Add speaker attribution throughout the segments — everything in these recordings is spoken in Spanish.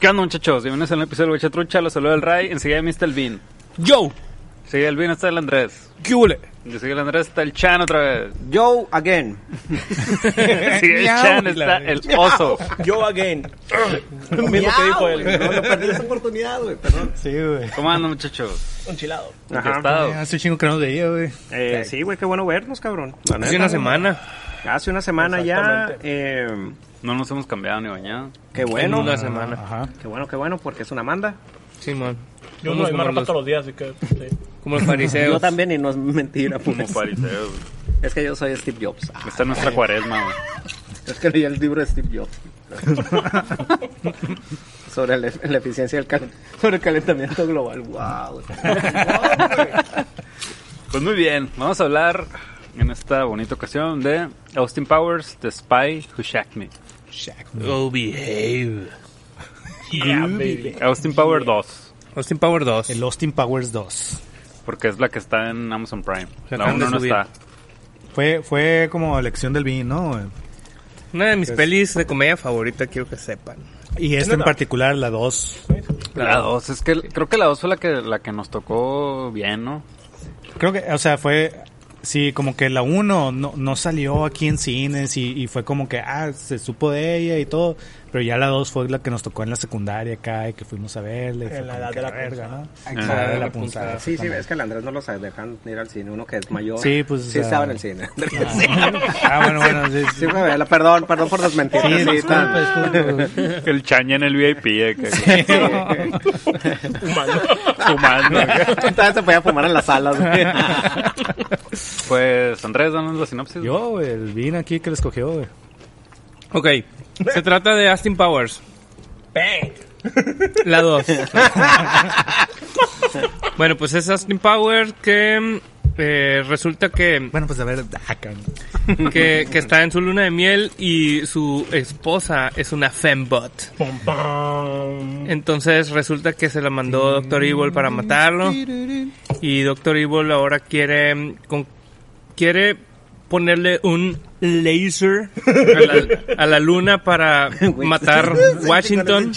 Speaker 1: ¿Qué onda muchachos? Bienvenidos a un episodio de Huecha Trucha, los saluda el Ray, enseguida mí está el Vin.
Speaker 2: Yo,
Speaker 1: Enseguida el Vin está el Andrés.
Speaker 2: ¿qué hule?
Speaker 1: Enseguida el Andrés está el Chan otra vez.
Speaker 3: Yo again.
Speaker 1: Enseguida el Chan está el Oso.
Speaker 2: Yo again. Lo mismo que dijo él.
Speaker 3: No, no perdí esa oportunidad, güey. Perdón.
Speaker 4: Sí, güey.
Speaker 1: ¿Cómo andan muchachos?
Speaker 2: Enchilado.
Speaker 1: ¿Qué estado?
Speaker 4: Hace un chingo que no nos veía, güey.
Speaker 3: Eh, sí, güey, qué bueno vernos, cabrón. La
Speaker 2: Hace
Speaker 3: neta,
Speaker 2: una
Speaker 3: güey.
Speaker 2: semana.
Speaker 3: Hace una semana ya. Eh,
Speaker 1: No nos hemos cambiado ni bañado.
Speaker 3: qué bueno.
Speaker 2: Una semana.
Speaker 4: Ajá.
Speaker 3: Qué bueno, qué bueno, porque es una manda.
Speaker 2: Simón.
Speaker 5: Yo
Speaker 2: Somos
Speaker 5: no me
Speaker 2: como
Speaker 5: ropa
Speaker 2: los,
Speaker 5: todos los días, así que. sí.
Speaker 2: como los fariseos.
Speaker 3: Yo también, y no es mentira, pues.
Speaker 1: Como fariseos. güey.
Speaker 3: Es que yo soy Steve Jobs. Ah,
Speaker 1: Esta es nuestra cuaresma, güey.
Speaker 3: es que leí el libro de Steve Jobs. Sobre la, la eficiencia del cal- sobre el calentamiento global. ¡Wow!
Speaker 1: Pues muy bien, vamos a hablar en esta bonita ocasión de Austin Powers, The Spy Who Shacked Me.
Speaker 2: Oh, behave.
Speaker 5: Yeah, baby.
Speaker 1: Austin Power 2,
Speaker 2: Austin Power 2.
Speaker 4: El Austin Powers 2.
Speaker 1: porque es la que está en Amazon Prime.
Speaker 2: La
Speaker 1: La
Speaker 2: acaban
Speaker 1: 1
Speaker 2: de
Speaker 1: no
Speaker 2: subir.
Speaker 1: está.
Speaker 4: Fue, fue como elección del vino, ¿no? güey?
Speaker 2: Una de mis pelis de comedia favorita, quiero que sepan.
Speaker 4: Y esta en particular, la 2.
Speaker 1: La 2, es que creo que la 2 fue la que, la que nos tocó bien, ¿no?
Speaker 4: Creo que, o sea, fue... Sí, como que la 1 no, no salió aquí en cines y, y fue como que, ah, se supo de ella y todo. Pero ya la 2 fue la que nos tocó en la secundaria acá y que fuimos a verla. y fue
Speaker 5: la
Speaker 4: como
Speaker 5: edad
Speaker 4: que,
Speaker 5: de la
Speaker 4: verga,
Speaker 5: punzada.
Speaker 4: ¿no?
Speaker 1: Ah,
Speaker 4: En la edad de la
Speaker 2: la punzada.
Speaker 4: punzada.
Speaker 3: Sí, sí, es que el Andrés no los dejan ir al cine. Uno que es mayor.
Speaker 4: Sí, pues, o
Speaker 3: Sí,
Speaker 4: sea-
Speaker 3: estaba en el cine.
Speaker 4: Ah, bueno, bueno. Sí,
Speaker 3: Sí, güey, la- perdón, perdón por desmentir.
Speaker 4: Sí,
Speaker 3: Sí, tan-
Speaker 4: disculpa, disculpa.
Speaker 1: El chaña en el VIP, eh, que-
Speaker 5: Humano.
Speaker 1: fumando.
Speaker 3: Todavía se podía fumar en las salas, güey.
Speaker 1: pues, Andrés, danos la sinopsis.
Speaker 4: Yo, güey, el vino aquí que le escogió, güey.
Speaker 2: Ok. Se trata de Austin Powers.
Speaker 5: Bang.
Speaker 2: La 2. bueno, pues es Austin Powers que eh, resulta que
Speaker 4: Bueno, pues a ver, acá.
Speaker 2: que, que está en su luna de miel y su esposa es una fembot.
Speaker 5: Pum, pam.
Speaker 2: Entonces resulta que se la mandó Doctor Evil para matarlo y Doctor Evil ahora quiere mm, con- quiere ponerle un laser a la, a la luna para matar Washington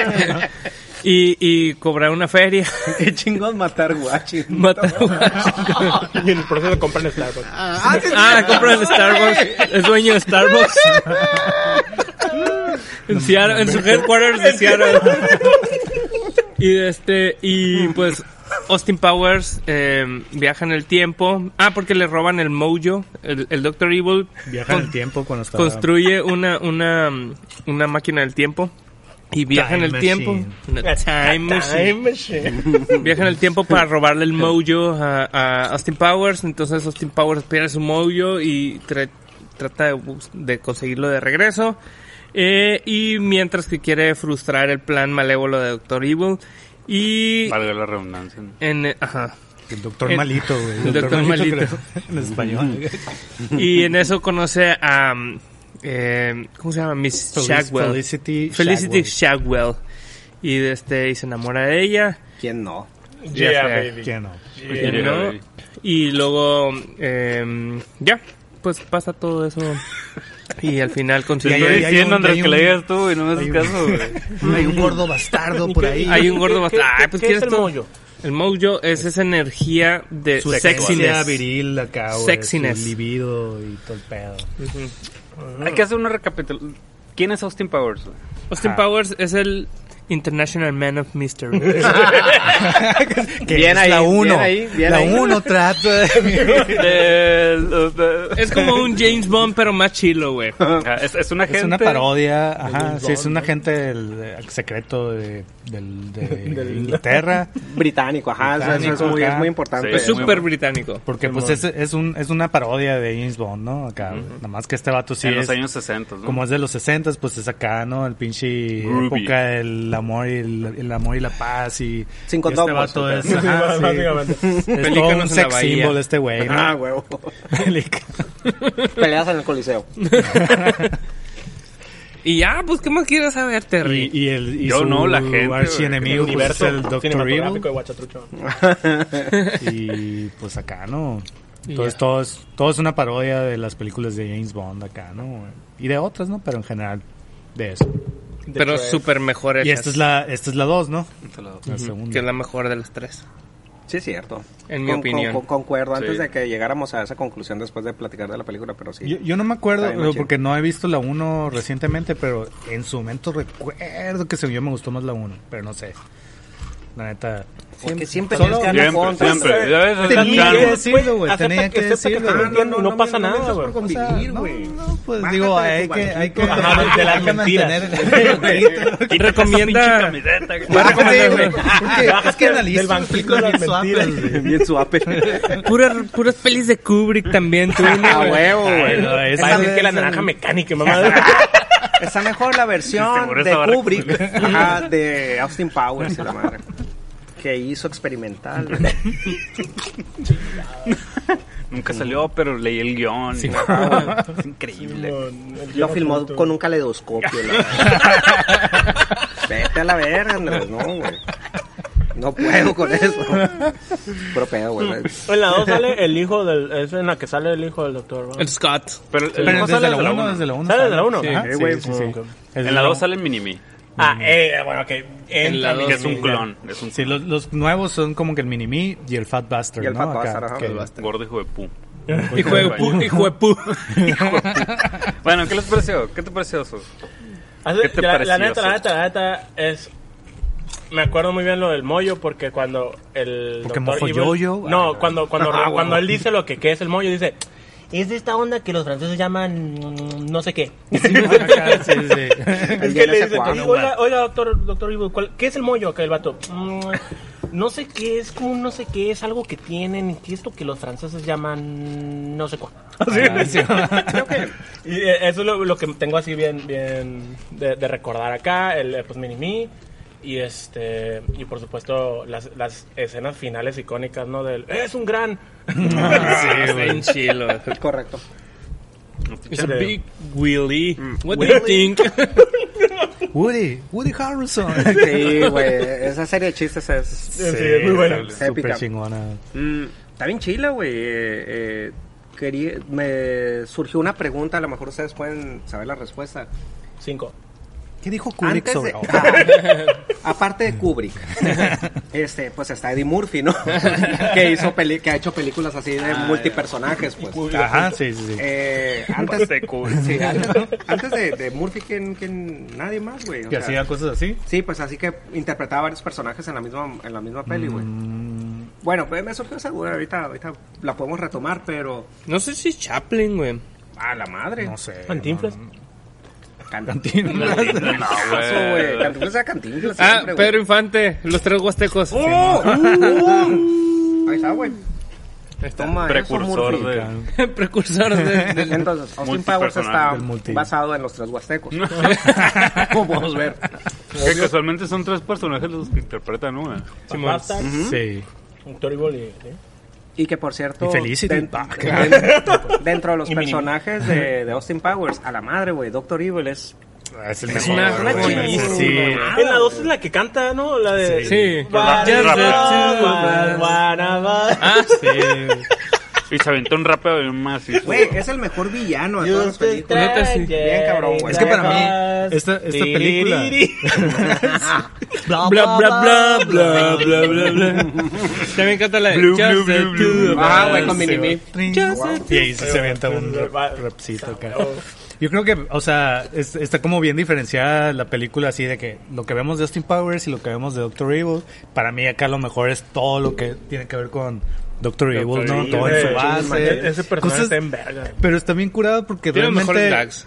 Speaker 2: y, y cobrar una feria.
Speaker 3: Qué chingón matar Washington.
Speaker 2: Matar a Washington.
Speaker 5: Y en el proceso compran Starbucks.
Speaker 2: Ah, compra el Starbucks. Es dueño de Starbucks. en, Seattle, en su headquarters de Seattle. y este, y pues Austin Powers eh, viaja en el tiempo. Ah, porque le roban el mojo. El, el Doctor Evil
Speaker 4: Viaja en el tiempo cuando estaba...
Speaker 2: construye una, una, una máquina del tiempo. Y viaja
Speaker 4: Time
Speaker 2: en el
Speaker 4: machine.
Speaker 2: tiempo. Una time machine.
Speaker 5: machine.
Speaker 2: Viaja en el tiempo para robarle el mojo a, a Austin Powers. Entonces Austin Powers pierde su mojo y tra- trata de, bus- de conseguirlo de regreso. Eh, y mientras que quiere frustrar el plan malévolo de Doctor Evil. Y...
Speaker 1: Valga la redundancia. ¿no?
Speaker 2: En, ajá.
Speaker 4: El doctor
Speaker 2: El-
Speaker 4: malito, güey.
Speaker 2: el doctor malito.
Speaker 4: creo, En español.
Speaker 2: Y en eso conoce a... um, eh, ¿Cómo se llama? Miss Shackwell.
Speaker 4: Felicity
Speaker 2: Felicity
Speaker 4: Shackwell.
Speaker 2: Shackwell. Y, de este, y se enamora de ella.
Speaker 3: ¿Quién no?
Speaker 5: Yeah,
Speaker 2: Ya sé.
Speaker 5: baby.
Speaker 4: ¿Quién no? Pues
Speaker 5: Yeah.
Speaker 2: Bien, ¿no?
Speaker 1: Baby.
Speaker 2: Y luego, eh, ya, pues pasa todo eso. Y al final
Speaker 1: Te
Speaker 4: Y
Speaker 2: consigue.
Speaker 4: ahí-
Speaker 1: estoy
Speaker 4: ahí hay
Speaker 1: diciendo,
Speaker 4: un-
Speaker 1: Andrés,
Speaker 4: hay
Speaker 1: que le
Speaker 4: un-
Speaker 1: digas tú y no me haces
Speaker 4: hay un-
Speaker 1: caso, güey.
Speaker 4: Mm. Hay un gordo bastardo por ahí.
Speaker 2: Hay un gordo
Speaker 5: ¿Qué-
Speaker 2: bastardo.
Speaker 5: qué-
Speaker 2: Ah, pues
Speaker 5: qué
Speaker 2: quieres
Speaker 5: es el
Speaker 2: tú.
Speaker 5: mojo?
Speaker 2: El mojo es esa energía de
Speaker 4: Su esencia
Speaker 2: sexiness.
Speaker 4: viril acá, güey.
Speaker 2: Sexiness.
Speaker 4: Su libido y todo el pedo.
Speaker 1: Hay que hacer una recapitulación. ¿Quién es Austin Powers? güey?
Speaker 2: Austin Powers es el International Man of Mystery.
Speaker 4: Que
Speaker 3: Bien
Speaker 4: es
Speaker 3: ahí,
Speaker 4: la
Speaker 3: bien
Speaker 4: 1.
Speaker 3: ahí, bien
Speaker 4: La
Speaker 3: ahí.
Speaker 4: 1 trata de...
Speaker 1: De- Eh, de-
Speaker 2: es como un James Bond, pero más chilo, güey.
Speaker 1: Ajá, Ah, es, es una gente.
Speaker 4: Es una parodia, ajá,
Speaker 5: James
Speaker 4: sí, es
Speaker 5: Bond,
Speaker 4: un
Speaker 5: ¿no?
Speaker 4: agente del, eh, secreto de, del- de Inglaterra,
Speaker 3: Británico, ajá, eso- eso
Speaker 4: Británico,
Speaker 3: es muy,
Speaker 4: ajá.
Speaker 3: es muy importante.
Speaker 1: Sí,
Speaker 2: Es
Speaker 1: muy bueno.
Speaker 2: súper británico.
Speaker 4: porque pues es, es, un, es una parodia de James Bond, ¿no? Acá, nada más que este vato sí
Speaker 1: en
Speaker 4: es,
Speaker 1: los años 60. ¿no?
Speaker 4: como es de los 60, pues es acá, ¿no? El pinche
Speaker 1: Groovy.
Speaker 4: época del amor y el, el amor y la paz
Speaker 3: Sin
Speaker 4: y, y este
Speaker 3: condomos,
Speaker 4: vato
Speaker 3: o sea.
Speaker 4: es, ajá, sí. Pues
Speaker 5: Básicamente.
Speaker 4: es todo un
Speaker 2: Pelícanos en la
Speaker 4: sex
Speaker 2: bahía.
Speaker 4: symbol este güey,
Speaker 3: Ah,
Speaker 4: ¿no?
Speaker 3: huevo.
Speaker 4: Pelica-
Speaker 3: Peleas en el coliseo.
Speaker 2: Y ya, pues, ¿qué más quieres saber, Terry?
Speaker 4: y, y el y
Speaker 1: Yo
Speaker 4: su
Speaker 1: no, la gente, güey,
Speaker 4: archienemigo
Speaker 5: el
Speaker 4: pues, es
Speaker 5: universo
Speaker 4: el Doctor Evil.
Speaker 5: cinematográfico de Guachatrucho.
Speaker 4: Y pues acá, ¿no? Entonces
Speaker 2: ya.
Speaker 4: todo, es, todo es una parodia de las películas de James Bond acá, ¿no? Y de otras, ¿no? Pero en general de eso.
Speaker 2: pero súper mejor hecha.
Speaker 4: Y esta es la esta es la 2, ¿no?
Speaker 1: Te lo-
Speaker 4: La
Speaker 2: Que es
Speaker 4: segunda.
Speaker 2: la mejor de las tres.
Speaker 3: Sí, es cierto.
Speaker 2: En mi opinión.
Speaker 3: concuerdo antes
Speaker 1: Sí.
Speaker 3: de que llegáramos a esa conclusión después de platicar de la película, pero sí.
Speaker 4: Yo, yo no me acuerdo,
Speaker 3: Está bien, machín.
Speaker 4: porque no he visto la 1 recientemente, pero en su momento recuerdo que según yo me gustó más la 1, pero no sé. La neta.
Speaker 3: Porque siempre
Speaker 4: Solo-
Speaker 3: tienes que
Speaker 1: Siempre,
Speaker 3: andar contra.
Speaker 4: pues,
Speaker 1: siempre. Ya ves,
Speaker 4: Tenía
Speaker 1: claro.
Speaker 4: que decirlo,
Speaker 5: Güey,
Speaker 4: güey.
Speaker 5: acepta
Speaker 4: Tenía
Speaker 5: que-
Speaker 4: que
Speaker 5: acepta que
Speaker 4: decirlo.
Speaker 5: estás
Speaker 4: güey.
Speaker 5: mintiendo, no pasa nada,
Speaker 3: mientas
Speaker 5: güey.
Speaker 3: por
Speaker 4: O sea,
Speaker 3: convivir,
Speaker 4: no,
Speaker 3: güey.
Speaker 4: no, pues
Speaker 3: Bájate
Speaker 4: digo,
Speaker 3: de
Speaker 4: hay
Speaker 3: tu
Speaker 4: que, hay que,
Speaker 5: Ajá, de las
Speaker 4: hay que mantener
Speaker 5: mentiras.
Speaker 1: Quítate esa
Speaker 2: Recomienda-
Speaker 1: pinche camiseta, güey.
Speaker 2: Va a recomendar-
Speaker 4: Porque es que analizo las
Speaker 5: del banquillo de
Speaker 4: películas
Speaker 5: las
Speaker 4: bien
Speaker 5: mentiras.
Speaker 4: suaves, güey.
Speaker 3: Bien suape.
Speaker 2: Puras, puras pelis de Kubrick también, tú, ¿no,
Speaker 3: A
Speaker 2: Ah, güey?
Speaker 3: huevo,
Speaker 4: Ay,
Speaker 3: güey.
Speaker 4: no,
Speaker 5: Es
Speaker 4: esa-
Speaker 5: decir que la
Speaker 4: esa-
Speaker 5: naranja mecánica, mamá.
Speaker 3: Está mejor la versión
Speaker 1: Seguro
Speaker 3: de
Speaker 1: esa vara
Speaker 3: Kubrick, ajá, de Austin Powers y la madre. Que hizo experimental. güey.
Speaker 1: Nunca salió, pero leí el guión. y- es increíble.
Speaker 3: Lo filmó con un caleidoscopio. la verdad. Vete a la verga, Andrés. No, güey. No puedo con eso. Pero pedo, güey.
Speaker 5: En la 2 sale el hijo del. Es en la que sale el hijo del doctor. ¿no?
Speaker 2: El Scott.
Speaker 1: Pero, el-
Speaker 4: Pero
Speaker 5: No
Speaker 4: desde
Speaker 5: sale
Speaker 4: la
Speaker 5: de la
Speaker 4: 1,
Speaker 5: uno.
Speaker 4: desde la 1.
Speaker 5: ¿Sale de la uno?
Speaker 4: Ajá,
Speaker 5: Ah,
Speaker 4: sí,
Speaker 5: güey,
Speaker 4: sí,
Speaker 5: pues,
Speaker 4: sí.
Speaker 5: ok.
Speaker 4: Desde
Speaker 1: en la
Speaker 4: la
Speaker 1: 2
Speaker 4: uno.
Speaker 1: sale el Minimi,
Speaker 5: Ah, eh, bueno, ok.
Speaker 2: En la dos,
Speaker 1: que es un
Speaker 2: sí,
Speaker 1: clon. Es un
Speaker 4: Sí, los, los nuevos son como que el Minimi y el Fat Bastard,
Speaker 3: Y el
Speaker 4: ¿no?
Speaker 3: Fat
Speaker 4: Acá,
Speaker 3: Bastard, ajá.
Speaker 4: que-
Speaker 3: El
Speaker 1: gordo hijo de pu.
Speaker 2: Hijo de pu, hijo de pu.
Speaker 1: Bueno, ¿qué les pareció? ¿Qué te pareció eso?
Speaker 5: Hace-
Speaker 1: ¿Qué te
Speaker 5: la, la
Speaker 1: pareció
Speaker 5: neta, la
Speaker 1: eso?
Speaker 5: neta, la neta es. Me acuerdo muy bien lo del mollo porque cuando el.
Speaker 4: Porque
Speaker 5: doctor
Speaker 4: mojo
Speaker 5: Evil-
Speaker 4: yo-yo.
Speaker 5: No, cuando, cuando,
Speaker 3: Ah,
Speaker 5: cuando
Speaker 3: huevo.
Speaker 5: él dice lo que, que es el mollo, dice. Es de esta onda que los franceses llaman. mm, No sé qué.
Speaker 4: Acá, sí, sí.
Speaker 5: Es
Speaker 3: Viene
Speaker 5: que le
Speaker 3: ese
Speaker 5: dicen,
Speaker 3: cuadro,
Speaker 5: oiga, oiga, doctor, doctor Evil, ¿cuál- ¿qué es el mollo acá el vato? "Mm, no sé qué, es como un no sé qué, es algo que tienen, que es lo que los franceses llaman no sé cuál.
Speaker 3: Ah,
Speaker 5: Creo que- y eh, eso es lo, lo que tengo así bien, bien de, de recordar acá, el eh, pues Minimi. Y este y por supuesto las, las escenas finales icónicas, ¿no? Del es un gran
Speaker 2: Sí, güey. en chilo.
Speaker 3: Correcto.
Speaker 2: It's a big Willy. What do you think?
Speaker 4: Woody, Woody Harrelson.
Speaker 3: Sí, güey. Esa serie de chistes es.
Speaker 5: Sí, es muy buena.
Speaker 4: Súper
Speaker 3: Épica.
Speaker 4: chingona.
Speaker 3: Mm, está bien chila, güey. Eh, eh, quería, me surgió una pregunta, a lo mejor ustedes pueden saber la respuesta.
Speaker 5: cinco.
Speaker 4: ¿Qué dijo Kubrick
Speaker 3: Antes de-
Speaker 4: sobre
Speaker 3: Ah, aparte de Kubrick, este, pues está Eddie Murphy, ¿no? que hizo peli- que ha hecho películas así de multipersonajes, pues.
Speaker 4: Ajá, sí, sí, sí.
Speaker 3: Eh, antes de sí, antes, antes de, de Murphy, ¿quién, quién- nadie más, güey. O
Speaker 4: Que
Speaker 3: sea,
Speaker 4: hacía cosas así.
Speaker 3: Sí, pues así que interpretaba varios personajes en la misma, en la misma peli, güey.
Speaker 4: Mm.
Speaker 3: Bueno, pues me surgió esa duda, ahorita, ahorita la podemos retomar, pero
Speaker 2: No sé si es Chaplin, güey.
Speaker 3: a la madre.
Speaker 4: No sé.
Speaker 5: Cantinflas.
Speaker 3: Cantinflas,
Speaker 4: Cantinflas.
Speaker 1: No, Eh.
Speaker 3: güey.
Speaker 1: güey.
Speaker 3: Cantinflas era Cantinflas
Speaker 2: Ah,
Speaker 3: siempre, güey.
Speaker 2: Pedro Infante, los tres huastecos.
Speaker 3: ¡Oh! ¡Uh! Ahí está, güey. Toma, ¿eh?
Speaker 1: Precursor
Speaker 3: eso, Murphy.
Speaker 1: de...
Speaker 2: Precursor de- del-
Speaker 3: Entonces, Austin Powers está
Speaker 4: Del multi.
Speaker 3: basado en los tres huastecos. Como podemos ver.
Speaker 1: Que casualmente son tres personajes los que interpretan una.
Speaker 5: Bastard,
Speaker 4: Sí.
Speaker 5: Doctor Evil y- ¿eh?
Speaker 3: Y que, por cierto...
Speaker 4: Y Felicity.
Speaker 3: den-
Speaker 4: Ah,
Speaker 3: den- dentro de los
Speaker 5: Y Minnie.
Speaker 3: personajes de, de Austin Powers, a la madre, güey, Doctor Evil es...
Speaker 4: Es el
Speaker 2: Es una-
Speaker 4: mejor,
Speaker 2: una
Speaker 4: güey.
Speaker 5: chingona.
Speaker 4: Sí.
Speaker 3: Ah,
Speaker 5: En la 2 es la que canta, ¿no? La de.
Speaker 2: Sí.
Speaker 5: Guarabá,
Speaker 2: Just the two of us.
Speaker 5: guarabá.
Speaker 2: Ah, sí.
Speaker 1: Y se aventó un rapeo y un más. y-
Speaker 3: Güey, es el mejor villano de todas las películas.
Speaker 2: Neta, sí.
Speaker 3: Bien cabrón, güey.
Speaker 4: Es que para mí, esta, esta película.
Speaker 2: Bla, bla, bla, bla, bla, bla, bla. También encanta la de
Speaker 1: Blue,
Speaker 2: Just
Speaker 1: blue,
Speaker 2: the
Speaker 1: blue,
Speaker 2: two
Speaker 1: blue.
Speaker 2: of
Speaker 3: Ah, güey,
Speaker 2: us.
Speaker 3: con Minimi.
Speaker 2: Just the
Speaker 4: Y ahí sí se avienta un rap- rapcito acá. Yo creo que, o sea, es- está como bien diferenciada la película así de que lo que vemos de Austin Powers y lo que vemos de Doctor Evil. Para mí acá lo mejor es todo lo que tiene que ver con Doctor, Evil, ¿no?
Speaker 1: Evil,
Speaker 4: todo en su base.
Speaker 5: Ese personaje
Speaker 4: Cosas-
Speaker 5: está en verga.
Speaker 4: Pero está bien curado porque
Speaker 2: Tiene los mejores
Speaker 4: realmente
Speaker 2: gags.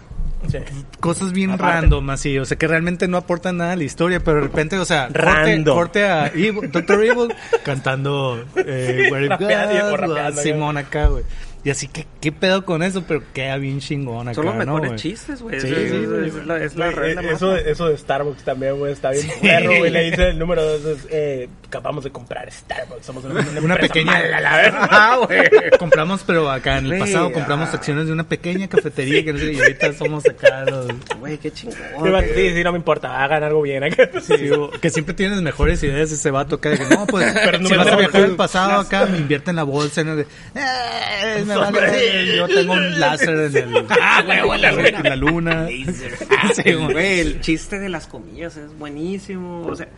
Speaker 5: Sí.
Speaker 4: cosas bien random así, o sea que realmente no aportan nada a la historia, pero de repente, o sea, corte-
Speaker 5: Random.
Speaker 4: Corte, a Evil- Dr. Evil cantando eh, Where It
Speaker 5: rapeando,
Speaker 4: Goes,
Speaker 5: o
Speaker 4: o a
Speaker 5: rapeando,
Speaker 4: Simón acá, güey. Y así que qué pedo con eso, pero queda bien chingón acá,
Speaker 3: Son los
Speaker 4: ¿no,
Speaker 3: mejores
Speaker 4: güey?
Speaker 3: chistes, güey.
Speaker 4: Sí,
Speaker 3: Es- es-
Speaker 4: sí, güey.
Speaker 3: es la- Es la
Speaker 5: Güey,
Speaker 3: reina
Speaker 5: eh,
Speaker 3: más.
Speaker 5: eso, eso de Starbucks también, güey, está bien perro, güey. Le dice el número dos, es, eh, acabamos de comprar Starbucks. Somos una, una
Speaker 4: Una
Speaker 5: empresa
Speaker 4: pequeña-
Speaker 5: mala, la verdad.
Speaker 3: Ah, güey.
Speaker 4: Compramos, pero acá en el
Speaker 3: Sí,
Speaker 4: pasado
Speaker 3: ah.
Speaker 4: compramos acciones de una pequeña cafetería que no sé, qué, y ahorita somos acá los...
Speaker 3: Güey, qué chingón.
Speaker 5: Sí, va-
Speaker 3: güey.
Speaker 5: Sí, sí, no me importa, hagan algo bien. acá.
Speaker 4: Sí, o- que siempre tienes mejores ideas ese vato acá de que no, pues
Speaker 5: Pero no
Speaker 4: si
Speaker 5: me
Speaker 4: vas a
Speaker 5: toca.
Speaker 4: viajar al pasado acá me invierte en la bolsa en el de, "Eh, me vale,
Speaker 5: Sobre-
Speaker 4: yo tengo un láser en el ah, la luna, la luna. Sí, güey.
Speaker 3: Ah, Güey, el chiste de las comillas es buenísimo. O sea,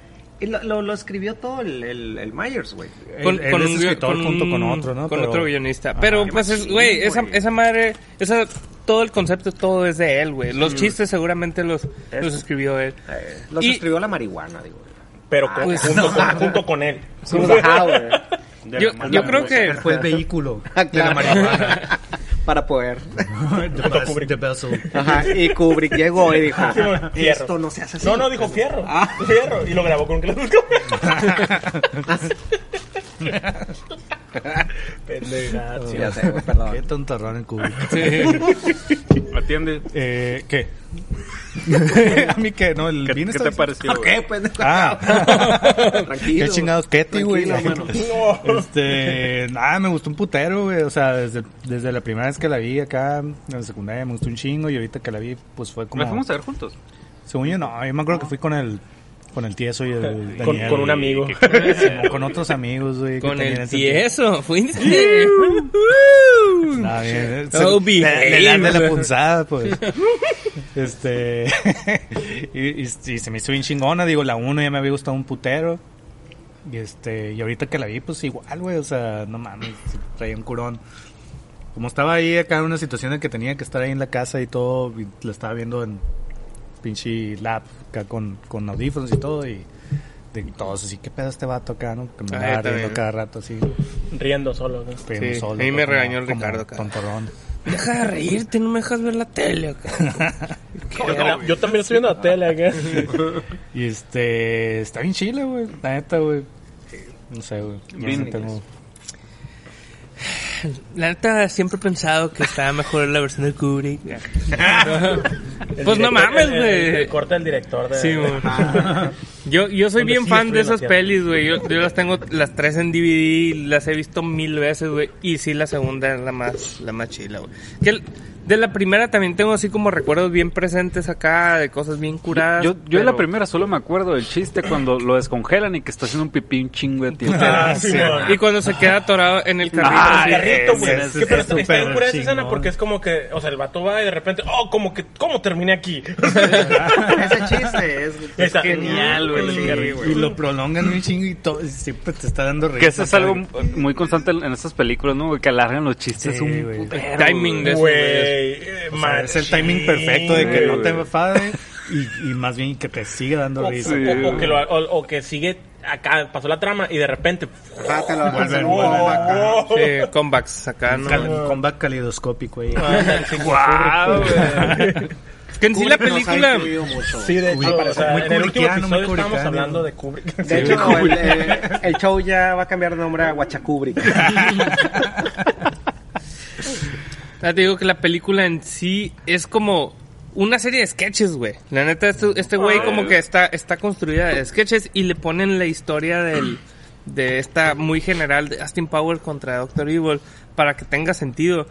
Speaker 3: y lo, lo, lo escribió todo el, el, el Myers, güey.
Speaker 4: Con,
Speaker 2: Con, con
Speaker 4: es
Speaker 2: un guio-
Speaker 4: escritor
Speaker 2: con
Speaker 4: junto con
Speaker 2: un-
Speaker 4: otro, ¿no?
Speaker 2: Con
Speaker 4: Pero-
Speaker 2: otro guionista. Pero, pues, es,
Speaker 3: machín,
Speaker 2: güey, esa,
Speaker 3: güey.
Speaker 2: esa madre, esa, todo el concepto, todo es de él, güey. Los chistes seguramente los, los escribió él.
Speaker 3: Eh, los
Speaker 2: Y-
Speaker 3: escribió la marihuana, digo.
Speaker 5: Pero con-
Speaker 2: Pues,
Speaker 5: junto,
Speaker 2: no.
Speaker 5: con, junto con él.
Speaker 3: Ajá, güey.
Speaker 1: de
Speaker 2: Yo,
Speaker 1: la
Speaker 2: yo
Speaker 1: mala
Speaker 2: creo que...
Speaker 4: Fue el vehículo
Speaker 3: Ah,
Speaker 4: de la
Speaker 3: claro.
Speaker 4: marihuana.
Speaker 3: Para poder.
Speaker 4: The bus- the vessel.
Speaker 3: Ajá, y Kubrick llegó y dijo,
Speaker 5: Fierro.
Speaker 3: esto no se hace así.
Speaker 5: No, no, dijo fierro.
Speaker 3: Ah.
Speaker 5: Fierro. Y lo grabó con un clásico. Pendejada.
Speaker 3: Ah, Sí, ya sé, güey, perdón.
Speaker 4: Qué tontarrón el cubo.
Speaker 1: Atiende.
Speaker 4: Eh, ¿Qué? a mí que no, el
Speaker 1: ¿Qué,
Speaker 4: vino
Speaker 1: qué
Speaker 4: está
Speaker 1: te
Speaker 4: bien.
Speaker 1: pareció?
Speaker 3: ¿Por
Speaker 1: güey?
Speaker 3: qué, pues?
Speaker 4: Ah,
Speaker 3: Tranquilo.
Speaker 4: Qué chingados, qué te, güey.
Speaker 3: Tranquilo, mano.
Speaker 5: No.
Speaker 4: Este, nada, me gustó un putero, güey. O sea, desde, desde la primera vez que la vi acá en la secundaria me gustó un chingo y ahorita que la vi, pues fue como.
Speaker 1: ¿La fuimos a ver juntos?
Speaker 4: Según yo, no, yo me acuerdo que fui con el, con el tieso y el
Speaker 5: Con,
Speaker 4: Daniel,
Speaker 5: con un
Speaker 4: güey.
Speaker 5: amigo.
Speaker 4: Simón, con otros amigos, güey. que
Speaker 2: Con
Speaker 4: también
Speaker 2: el
Speaker 4: ese-
Speaker 2: tieso, fuiste.
Speaker 4: Está bien. Se-
Speaker 2: Oh,
Speaker 4: le- le dan de la
Speaker 2: behave.
Speaker 4: punzada, pues. este. y, y- y se me hizo bien chingona. Digo, la 1 ya me había gustado un putero. Y este. Y ahorita que la vi, pues igual, güey. O sea, no mames. se Traía un curón. Como estaba ahí acá en una situación en que tenía que estar ahí en la casa y todo. y la estaba viendo en pinche lap acá con, con audífonos y todo. Y. De todos así, ¿qué pedo este vato acá, no? Que me
Speaker 2: Ah,
Speaker 4: andaba
Speaker 2: está
Speaker 4: riendo
Speaker 2: bien.
Speaker 4: cada rato así.
Speaker 5: Riendo solo. ¿no?
Speaker 4: riendo
Speaker 2: Sí,
Speaker 4: solo,
Speaker 2: a mí me
Speaker 4: como-
Speaker 2: regañó el
Speaker 4: como
Speaker 2: Ricardo acá.
Speaker 4: Tontorrón.
Speaker 2: Deja de reírte, no me dejas ver la tele. cara.
Speaker 5: Yo, yo también estoy viendo la tele. acá.
Speaker 4: Y este, está bien chile, güey. La neta, güey. No sé, güey. Yo
Speaker 1: Bien
Speaker 4: no tengo-
Speaker 2: La neta, siempre he pensado que estaba mejor la versión de Kubrick.
Speaker 5: El
Speaker 2: Pues no
Speaker 5: director-
Speaker 2: mames,
Speaker 5: el- el-
Speaker 2: güey.
Speaker 5: el Corta el director de.
Speaker 2: Sí, güey. Yo, yo soy
Speaker 5: Donde
Speaker 2: bien
Speaker 5: sí
Speaker 2: fan de
Speaker 5: destruyen la
Speaker 2: esas
Speaker 5: tierra.
Speaker 2: pelis, güey. Yo, yo las tengo las tres en DVD, las he visto mil veces, güey. Y sí, la segunda es la más, la más chila, güey. Que el- de la primera también tengo así como recuerdos bien presentes acá, de cosas bien curadas.
Speaker 1: Yo, yo de la
Speaker 2: pero-
Speaker 1: primera solo me acuerdo del chiste cuando lo descongelan y que está haciendo un pipí un chingo de tiempo.
Speaker 5: Ah, sí, güey.
Speaker 2: Y cuando se queda atorado en el carrito.
Speaker 1: Ah, sí.
Speaker 2: así.
Speaker 5: carrito, güey.
Speaker 4: Ese es-
Speaker 5: Que,
Speaker 4: es
Speaker 5: pero está- está bien
Speaker 4: súper
Speaker 5: curada esa escena
Speaker 4: chingón.
Speaker 5: porque es como que, o sea, el vato va y de repente, oh, como que, ¿cómo terminé aquí?
Speaker 3: Ese chiste es, es
Speaker 5: Está-
Speaker 3: genial, güey.
Speaker 5: Sí,
Speaker 3: el Jerry, güey.
Speaker 4: Y lo prolongan un chingo y todo. y siempre te está dando risa.
Speaker 1: Que eso es
Speaker 4: acá,
Speaker 1: algo
Speaker 4: güey.
Speaker 1: muy constante en en estas películas, ¿no? güey? Que alargan los chistes
Speaker 4: Sí,
Speaker 1: un
Speaker 4: güey.
Speaker 1: putero,
Speaker 2: El timing de-
Speaker 5: Güey, eh,
Speaker 4: O sea, es el timing perfecto de que no te enfades y, y más bien que te siga dando
Speaker 5: O,
Speaker 4: risa.
Speaker 1: sí.
Speaker 5: o- o que lo- o- o que sigue acá, pasó la trama y de repente.
Speaker 3: Ajá, te lo
Speaker 4: Vuelven,
Speaker 3: hacen
Speaker 4: vuelven
Speaker 3: como acá.
Speaker 5: oh, oh.
Speaker 2: Sí, comebacks acá, ¿no?
Speaker 4: Cal- Combat calidoscópico, güey.
Speaker 1: ¡Guau, güey!
Speaker 2: Que en sí la película...
Speaker 5: Sí, de
Speaker 4: Kubrick,
Speaker 5: hecho, o sea,
Speaker 4: muy
Speaker 5: en el último
Speaker 4: kubrickiano, muy
Speaker 5: episodio estábamos
Speaker 4: kubrickiano.
Speaker 5: hablando de Kubrick.
Speaker 3: De hecho, no, el, el- el show ya va a cambiar de nombre a Huachacubric.
Speaker 2: Ya Ah, te digo que la película en sí es como una serie de sketches, güey. La neta, este, este güey como que está, está construida de sketches y le ponen la historia del, de esta muy general de Austin Powers contra Doctor Evil para que tenga sentido.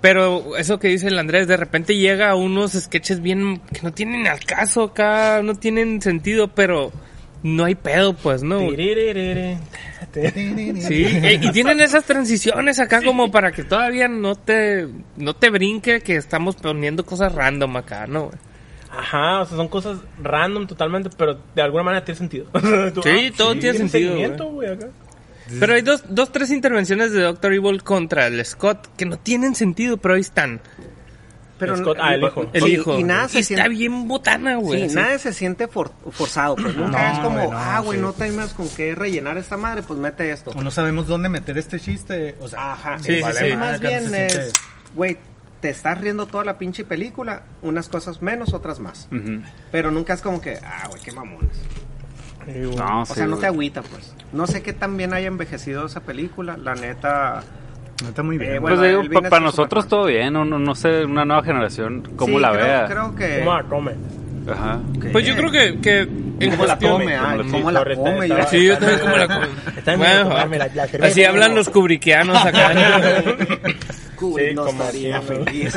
Speaker 2: Pero eso que dice el Andrés, de repente llega a unos sketches bien que no tienen al caso acá, no tienen sentido, pero no hay pedo, pues, ¿no? güey?
Speaker 5: Tiriririrí.
Speaker 2: Sí, eh, y tienen esas transiciones acá como para que todavía no te, no te brinque que estamos poniendo cosas random acá, ¿no? güey?
Speaker 5: Ajá, o sea, son cosas random totalmente, pero de alguna manera tiene sentido. Tú,
Speaker 2: Sí, todo tiene sentido,
Speaker 5: seguimiento, güey, acá.
Speaker 2: Pero hay dos, dos, tres intervenciones de Doctor Evil contra el Scott que no tienen sentido, pero ahí están.
Speaker 3: Pero
Speaker 5: Scott, ah, el hijo.
Speaker 2: El
Speaker 3: Sí,
Speaker 2: hijo.
Speaker 3: Y nada se
Speaker 2: está
Speaker 3: siente.
Speaker 2: bien botana, güey.
Speaker 3: sí,
Speaker 2: así.
Speaker 3: nadie se siente for- forzado, pues nunca
Speaker 4: No,
Speaker 3: es como,
Speaker 4: güey, no,
Speaker 3: ah, güey,
Speaker 4: sí.
Speaker 3: no tenemos con qué rellenar esta madre, pues mete esto.
Speaker 4: O no sabemos dónde meter este chiste. O sea,
Speaker 3: Ajá,
Speaker 2: Sí, sí,
Speaker 3: Vale,
Speaker 2: sí.
Speaker 3: más
Speaker 4: acá
Speaker 3: bien
Speaker 4: se
Speaker 3: es,
Speaker 4: siente-
Speaker 3: güey, te estás riendo toda la pinche película, unas cosas menos, otras más.
Speaker 1: Ujú.
Speaker 3: Pero nunca es como que, ah, güey, qué mamones.
Speaker 1: No,
Speaker 3: O
Speaker 1: sí,
Speaker 3: sea, no
Speaker 1: güey.
Speaker 3: te agüita, pues. No sé qué tan bien haya envejecido esa película, la neta.
Speaker 4: No está muy
Speaker 3: Eh,
Speaker 4: bien. güey.
Speaker 3: bueno,
Speaker 1: pues digo,
Speaker 3: el
Speaker 1: pa-
Speaker 3: Vin es
Speaker 1: para
Speaker 3: un
Speaker 1: nosotros
Speaker 3: superfan.
Speaker 1: todo bien, no, no, no sé, una nueva generación, cómo
Speaker 3: Sí,
Speaker 1: la
Speaker 3: creo-
Speaker 1: vea.
Speaker 3: Creo que.
Speaker 5: ¿Cómo la come?
Speaker 1: Ajá.
Speaker 3: que-
Speaker 2: Pues yo creo que, que en
Speaker 3: ¿Cómo la
Speaker 2: cuestión-
Speaker 3: come? ah,
Speaker 1: como la-
Speaker 3: ¿Cómo la
Speaker 5: Torreta
Speaker 3: come?
Speaker 5: estaba-
Speaker 2: Sí, yo también como la come.
Speaker 5: Está en
Speaker 2: Bueno,
Speaker 5: medio de tomarme la- la cerveza.
Speaker 2: así hablan los cubriquianos acá.
Speaker 3: Kubrick
Speaker 5: Sí,
Speaker 3: no
Speaker 5: como
Speaker 3: estaría
Speaker 5: siempre.
Speaker 3: feliz.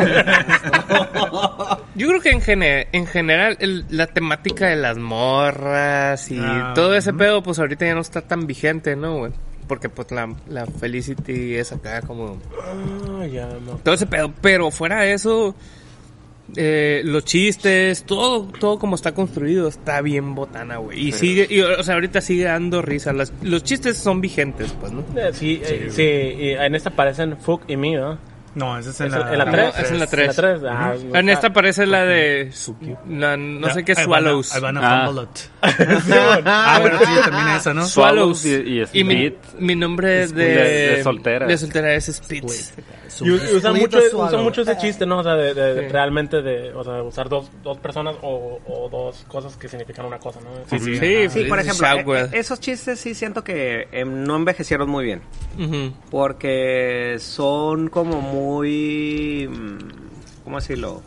Speaker 2: Yo creo que en, gene- en general el- la temática de las morras y
Speaker 4: Ah,
Speaker 2: todo ese pedo, pues ahorita ya no está tan vigente, ¿no, güey? Porque pues la, la Felicity es acá como...
Speaker 5: Ah, ya, no.
Speaker 2: Todo ese pedo, pero fuera de eso, eh, los chistes, todo, todo como está construido está bien botana, güey. Y sigue, y, o sea, ahorita sigue dando risa. Las- los chistes son vigentes, pues, ¿no?
Speaker 5: Eh, Sí, eh, sí, y en esta aparecen Fuck y mí, ¿no?
Speaker 4: No, esa es
Speaker 5: Es
Speaker 4: en la,
Speaker 5: en la
Speaker 2: No,
Speaker 5: 3.
Speaker 2: es en la tres.
Speaker 5: Ah, no
Speaker 2: En
Speaker 5: está-
Speaker 2: esta aparece la de... la- no sé qué,
Speaker 4: I wanna-
Speaker 2: Swallows.
Speaker 4: I wanna
Speaker 1: Ah.
Speaker 4: fumble it. Ah, bueno, sí, también esa, ¿no?
Speaker 1: Swallows
Speaker 2: Swallows
Speaker 1: y- y
Speaker 2: mi,
Speaker 1: Split.
Speaker 2: mi nombre de,
Speaker 1: Split. De- de soltera.
Speaker 2: de soltera es Spitz.
Speaker 5: Y u- usan mucho,
Speaker 4: Swallow.
Speaker 5: usan mucho ese chiste, ¿no? O sea, de, de- de-
Speaker 2: Sí.
Speaker 5: realmente de o sea, usar dos, dos personas o, o dos cosas que significan una cosa, ¿no?
Speaker 2: sí,
Speaker 3: Sí, por
Speaker 2: es
Speaker 3: ejemplo, eh,
Speaker 2: Shockwave.
Speaker 3: eh, esos chistes sí siento que eh, no envejecieron muy bien.
Speaker 2: Ujú.
Speaker 3: Porque son como muy. mm, ¿Cómo decirlo?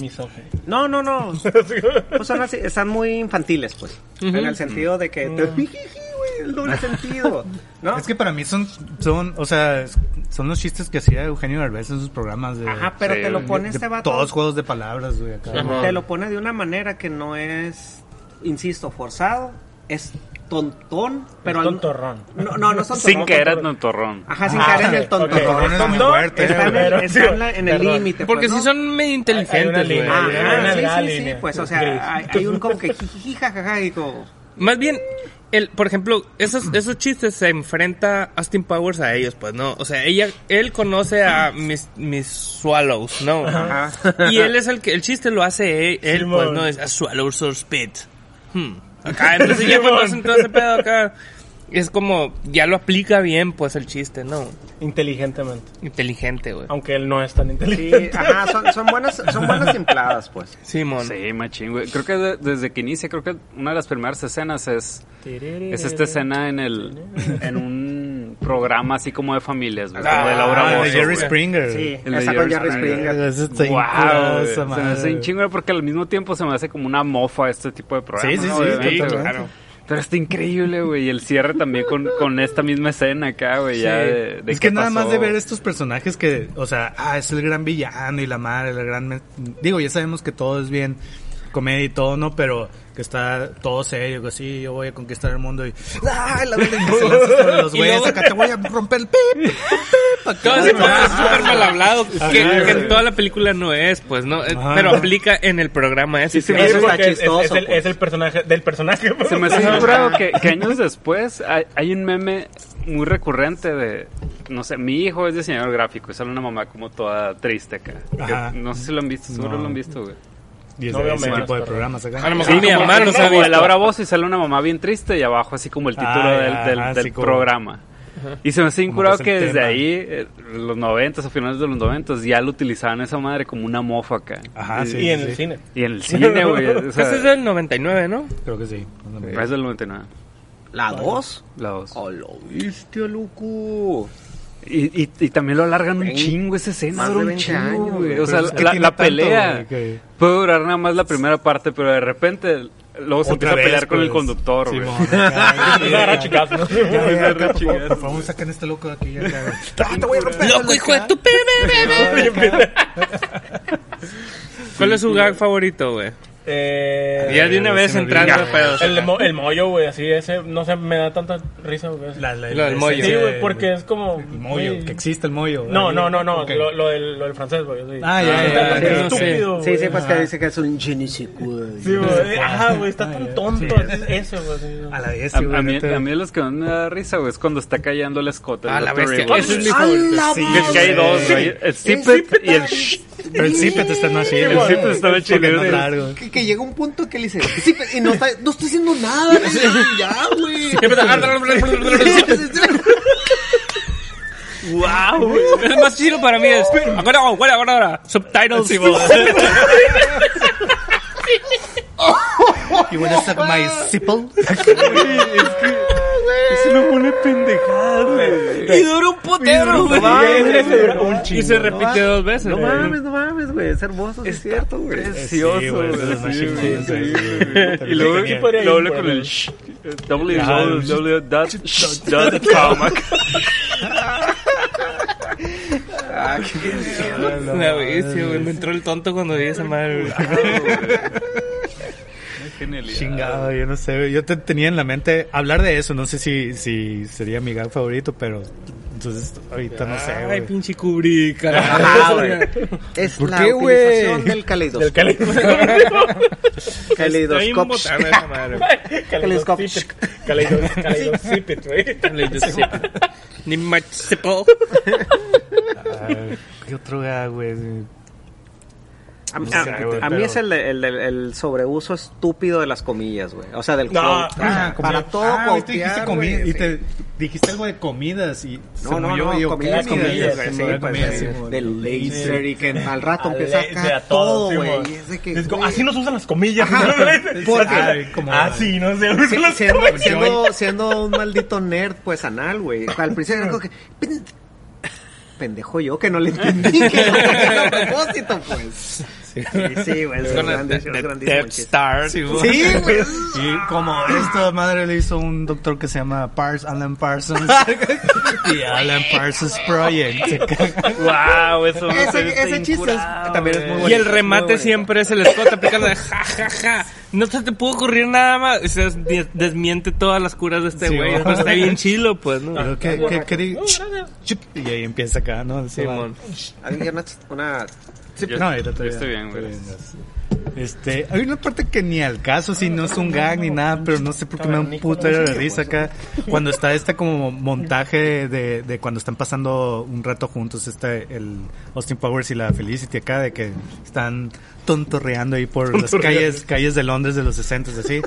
Speaker 5: Misógino.
Speaker 3: No, no, no. Pues son así, están muy infantiles, pues. En el sentido de
Speaker 5: Mm.
Speaker 3: que. te- jijiji, güey, el doble sentido. ¿No?
Speaker 4: Es que para mí son, son, o sea, es- son los chistes que hacía Eugenio Derbez en sus programas de...
Speaker 3: Ajá, pero
Speaker 1: Sí,
Speaker 3: te lo
Speaker 1: de-
Speaker 3: pone
Speaker 4: de
Speaker 3: este vato.
Speaker 4: Todos juegos de palabras, güey, acá.
Speaker 3: Te lo pone de una manera que no es, insisto, forzado. Es tontón, pero.
Speaker 5: Es
Speaker 3: al-
Speaker 5: tontorrón.
Speaker 3: No, no, no es tontorrón.
Speaker 1: Sin que era
Speaker 3: tontorrón.
Speaker 1: un torrón.
Speaker 3: Ajá, sin
Speaker 5: Ah,
Speaker 3: caer en
Speaker 5: ok,
Speaker 3: el tontorrón.
Speaker 5: ok.
Speaker 4: Tontorrón es muy
Speaker 5: Tontón
Speaker 4: fuerte,
Speaker 3: Está en el,
Speaker 5: pero-
Speaker 3: está en la- en el
Speaker 5: Perdón.
Speaker 3: límite.
Speaker 2: Porque
Speaker 3: pues,
Speaker 2: sí
Speaker 3: ¿no?
Speaker 2: son medio
Speaker 5: Hay una
Speaker 2: inteligentes, güey.
Speaker 5: línea.
Speaker 2: Ajá.
Speaker 5: Hay
Speaker 3: Ajá,
Speaker 5: una
Speaker 3: sí,
Speaker 5: delgada
Speaker 3: sí, sí,
Speaker 5: línea.
Speaker 3: pues, o
Speaker 5: Gris.
Speaker 3: sea, hay, hay un como que jijiji, jajaja, y como...
Speaker 2: Más bien, el, por ejemplo, esos, esos chistes se enfrenta Austin Powers a ellos, pues, ¿no? O sea, ella, él conoce a mis, mis Swallows, ¿no?
Speaker 3: Ajá.
Speaker 2: Y él es el que, el chiste lo hace él, él, pues,
Speaker 5: Simón.
Speaker 2: ¿no? Es a Swallows or Spit. Hmm. Acá, entonces ya cuando hacen todo ese pedo acá, es como, ya lo aplica bien, pues, el chiste, ¿no?
Speaker 5: Inteligentemente.
Speaker 2: Inteligente, güey.
Speaker 5: Aunque él no es tan
Speaker 3: Sí,
Speaker 5: inteligente.
Speaker 3: ajá, son, son buenas, son buenas templadas, pues.
Speaker 2: Simón.
Speaker 1: Sí, machín, güey. Creo que de- desde que inicia, creo que una de las primeras escenas es, es esta escena en el en un programa así como de familias, güey, como de Laura
Speaker 4: Ah, de
Speaker 1: Bozo,
Speaker 4: Jerry
Speaker 1: güey.
Speaker 4: Springer.
Speaker 3: Sí,
Speaker 1: El de
Speaker 3: esa con
Speaker 1: Jerry
Speaker 3: Jerry
Speaker 1: Springer.
Speaker 3: Springer.
Speaker 4: Ese
Speaker 1: Wow,
Speaker 4: está incurado,
Speaker 1: güey.
Speaker 4: esa
Speaker 1: se me hace
Speaker 4: madre.
Speaker 1: un chingo güey, porque al mismo tiempo se me hace como una mofa este tipo de programas.
Speaker 4: Sí, sí,
Speaker 1: ¿no?
Speaker 4: sí,
Speaker 1: Obviamente,
Speaker 4: totalmente.
Speaker 1: güey. Pero está increíble, güey. Y el cierre también con, con esta misma escena acá, güey. Ya
Speaker 2: Sí.
Speaker 1: de, de
Speaker 4: es
Speaker 1: qué
Speaker 4: que nada más
Speaker 1: pasó.
Speaker 4: de ver estos personajes que, o sea, ah, es el gran villano y la madre, el gran... me- Digo, ya sabemos que todo es bien comedia y todo, ¿no? Pero que está todo serio, que sí, yo voy a conquistar el mundo y... ¡Ah, la doble y se lanza sobre los
Speaker 2: Y
Speaker 4: güeyes,
Speaker 2: luego-
Speaker 4: acá te voy a romper el pip, pip, pip, acá.
Speaker 2: Todo ese pedo es súper mal hablado, que,
Speaker 4: Ajá,
Speaker 2: que en
Speaker 4: güey.
Speaker 2: toda la película no es, pues, ¿no? Eh,
Speaker 4: Ajá.
Speaker 2: Pero aplica en el programa ese.
Speaker 3: Sí, sí,
Speaker 5: Sí,
Speaker 3: Eso está
Speaker 5: porque es- es- es,
Speaker 3: chistoso,
Speaker 5: el,
Speaker 3: pues.
Speaker 5: es el personaje del personaje.
Speaker 1: Se me hace bien curado que, que años después hay, hay un meme muy recurrente de, no sé, mi hijo es diseñador gráfico y sale una mamá como toda triste acá. Que
Speaker 4: Ajá.
Speaker 1: no sé si lo han visto, seguro
Speaker 4: No.
Speaker 1: lo han visto, güey.
Speaker 4: Y es
Speaker 5: No veo
Speaker 4: ese
Speaker 5: menos,
Speaker 4: tipo de
Speaker 5: pero-
Speaker 4: programas acá.
Speaker 2: A lo mejor mi
Speaker 1: como-
Speaker 2: mamá los ha
Speaker 1: como de
Speaker 2: visto.
Speaker 1: Laura Bozo y sale una mamá bien triste y abajo así como el título
Speaker 4: Ah,
Speaker 1: del,
Speaker 4: ya,
Speaker 1: del-
Speaker 4: ah,
Speaker 1: del
Speaker 4: sí, como-
Speaker 1: programa. Y se me hace bien
Speaker 4: Como
Speaker 1: curado
Speaker 4: que es
Speaker 1: que
Speaker 4: el
Speaker 1: desde
Speaker 4: tema.
Speaker 1: ahí, eh, los noventas o finales de los noventas, ya lo utilizaban esa madre como una mofa acá.
Speaker 4: Ajá, sí,
Speaker 5: Y en
Speaker 4: sí,
Speaker 5: el
Speaker 4: sí.
Speaker 5: cine.
Speaker 1: Y en el cine, güey. o sea,
Speaker 2: Ese es del 99, ¿no?
Speaker 4: Creo que sí.
Speaker 1: es del 99.
Speaker 3: La dos.
Speaker 1: La dos.
Speaker 3: Oh, lo viste, loco.
Speaker 1: Y, y, y también lo alargan un
Speaker 3: Vein-
Speaker 1: chingo ese escena,
Speaker 3: más
Speaker 1: dura
Speaker 3: de
Speaker 1: un
Speaker 3: 20
Speaker 1: chingo, güey.
Speaker 3: años, güey.
Speaker 1: O sea,
Speaker 4: Pero es que
Speaker 1: la,
Speaker 4: tiene
Speaker 1: la
Speaker 4: tanto,
Speaker 1: pelea
Speaker 4: güey, que-
Speaker 1: puede durar nada más la primera parte, pero de repente luego se
Speaker 4: Otra
Speaker 1: empieza a
Speaker 4: vez,
Speaker 1: pelear con el
Speaker 4: pues.
Speaker 1: conductor, güey.
Speaker 4: Simón, acá,
Speaker 5: Se agarra chingazos.
Speaker 4: Ya, ya, acá, por,
Speaker 1: Chingados.
Speaker 4: favor, por favor, saquen este loco de aquí. ya, acá.
Speaker 2: Loco, hijo de tu pibe. ¿Cuál es su gag favorito, güey?
Speaker 5: Eh,
Speaker 2: Ya de una
Speaker 4: güey,
Speaker 2: vez
Speaker 4: se me
Speaker 2: entrando a pedos.
Speaker 5: el, mo- el mollo, güey, así, ese, no sé, me da tanta risa, güey.
Speaker 4: La- la-
Speaker 2: Lo del
Speaker 4: ese-
Speaker 2: mollo.
Speaker 5: sí, güey, porque es como...
Speaker 4: El mollo,
Speaker 5: güey,
Speaker 4: que existe el mollo.
Speaker 5: No,
Speaker 4: ahí.
Speaker 5: no, no, no,
Speaker 4: Ok.
Speaker 5: lo, lo del, lo del francés, güey. sí.
Speaker 4: Ah, ya, ya,
Speaker 2: Ah, ya,
Speaker 4: ya, ya.
Speaker 2: ya, sí.
Speaker 5: estúpido,
Speaker 3: Sí,
Speaker 5: güey.
Speaker 3: sí, pues que
Speaker 5: Ajá.
Speaker 3: dice que es un genesecuel.
Speaker 5: Sí, güey. Ajá, güey, está tan tonto
Speaker 4: Ah, Sí.
Speaker 5: es- eso, güey. sí, güey.
Speaker 4: A la
Speaker 1: A,
Speaker 4: bestia,
Speaker 1: a
Speaker 4: güey,
Speaker 1: mí,
Speaker 4: neta.
Speaker 1: a mí de los que más me da risa, güey, es cuando está callando el Scott. el
Speaker 2: A la
Speaker 1: Dr.
Speaker 2: bestia.
Speaker 1: Evil.
Speaker 2: Ese es mi
Speaker 3: ¡A
Speaker 2: favorito.
Speaker 3: la
Speaker 2: Sí.
Speaker 1: Es que hay dos, güey. El Zippet y el...
Speaker 4: Pero el Zipet está más chido.
Speaker 1: El Zippet
Speaker 4: güey.
Speaker 1: está bien
Speaker 4: Porque no
Speaker 1: chido.
Speaker 4: largo.
Speaker 3: Que, que llega un punto que le dice, sí, pero- y no, está, no estoy haciendo nada, güey, ya, güey.
Speaker 2: Wow, es más chido para mí es. Ahora, ahora, ahora, ahora. Subtitles.
Speaker 4: You wanna suck my Zipple?
Speaker 1: Se lo pone pendejado, güey.
Speaker 2: y dura un potero, güey.
Speaker 3: mames, güey.
Speaker 2: Y se repite dos veces.
Speaker 3: No
Speaker 2: güey.
Speaker 3: mames, no mames, güey, es hermoso, sí es cierto, güey.
Speaker 4: Sí,
Speaker 1: Precioso,
Speaker 4: güey,
Speaker 1: güey.
Speaker 4: eso es más
Speaker 1: sí,
Speaker 4: chingón,
Speaker 1: güey,
Speaker 4: eso
Speaker 1: sí,
Speaker 4: es-
Speaker 1: güey. Y luego
Speaker 5: Sí, podría ir
Speaker 1: lo habla
Speaker 5: por
Speaker 1: con
Speaker 5: ahí.
Speaker 1: el... sh- W, W, dot, sh- dot, comma.
Speaker 2: Una bestia, güey. Me entró el tonto cuando vi esa madre. güey.
Speaker 1: Genialidad.
Speaker 4: Chingado, yo no sé. güey. Yo te tenía en la mente hablar de eso. No sé si, si sería mi gag favorito, pero entonces ahorita no sé,
Speaker 2: Ay,
Speaker 4: güey.
Speaker 2: pinche Kubrick, carajo.
Speaker 3: Ah, güey. Es
Speaker 4: ¿Por
Speaker 3: la
Speaker 4: qué, güey?
Speaker 3: utilización del caleidoscopio.
Speaker 2: Está bien
Speaker 3: Caleidoscopio.
Speaker 2: botana esa madre, güey.
Speaker 5: Caleidoscopio. Caleido- Caleidoscopio, güey.
Speaker 2: Ni machipo.
Speaker 4: Ay, ¿Qué otro gag, güey?
Speaker 3: A mí,
Speaker 4: No sé,
Speaker 3: a-
Speaker 4: güey,
Speaker 3: a mí
Speaker 4: pero-
Speaker 3: es el, de- el, del- el sobreuso estúpido de las comillas, güey. O sea, del
Speaker 5: No,
Speaker 3: quote.
Speaker 4: Ah,
Speaker 3: para
Speaker 4: comida.
Speaker 3: todo
Speaker 4: Ah,
Speaker 3: quotear,
Speaker 4: ahorita dijiste
Speaker 3: güey,
Speaker 4: comida. Y
Speaker 3: sí.
Speaker 4: te dijiste algo de comidas y se
Speaker 3: No, no,
Speaker 4: movió,
Speaker 3: no,
Speaker 4: y yo,
Speaker 3: comidas,
Speaker 4: ¿qué
Speaker 3: comidas,
Speaker 4: Se
Speaker 3: güey, sí,
Speaker 4: movió,
Speaker 3: pues,
Speaker 4: comidas,
Speaker 3: sí,
Speaker 4: se movió.
Speaker 3: del laser y que al rato
Speaker 5: Ale-
Speaker 3: empieza
Speaker 5: de
Speaker 3: acá
Speaker 5: a todos,
Speaker 3: todo,
Speaker 5: sí,
Speaker 3: güey.
Speaker 5: güey.
Speaker 3: y es de que,
Speaker 5: Es como,
Speaker 3: güey,
Speaker 5: Así no se usan las comillas.
Speaker 4: ¿Por
Speaker 5: ¿Por
Speaker 4: qué? Ay, como-
Speaker 5: Así no se usan las
Speaker 3: siendo,
Speaker 5: comillas.
Speaker 3: siendo, siendo un maldito nerd, pues anal, güey. Al principio era como que. "Pen- Pendejo yo que no le entendí que no era a propósito, pues. Sí, sí, güey. Es
Speaker 2: Con la
Speaker 3: grande, es
Speaker 2: de- de
Speaker 3: grandísimo
Speaker 2: Death
Speaker 3: chiste.
Speaker 2: Star.
Speaker 3: Sí, güey.
Speaker 4: Y como esta madre le hizo un doctor que se llama Pars, Alan Parsons y Alan Parsons Project.
Speaker 1: Wow, eso me
Speaker 3: Ese,
Speaker 1: parece
Speaker 3: ese chiste es-
Speaker 1: incurable.
Speaker 3: también es muy bueno.
Speaker 2: Y el remate siempre es el Scott aplicando de ja, ja, ja. No se te pudo ocurrir nada más. O sea, des- desmiente todas las curas de este
Speaker 4: Sí,
Speaker 2: güey.
Speaker 4: güey.
Speaker 2: Pero está bien chilo, pues, ¿no?
Speaker 4: Pero que, que, que di- y ahí empieza acá, ¿no? Sí,
Speaker 2: Simón.
Speaker 3: Hay una, una-
Speaker 1: Yo-
Speaker 4: no, ahorita
Speaker 1: yo
Speaker 4: todavía-
Speaker 1: estoy bien, güey.
Speaker 4: todavía no. Este, hay una parte que ni al caso, si no es un gag ni nada, pero no sé por qué me da un putero de risa acá. Cuando está este como montaje de, de cuando están pasando un rato juntos, este, el Austin Powers y la Felicity acá, de que están tontorreando ahí por las calles, calles de Londres de los 60 así.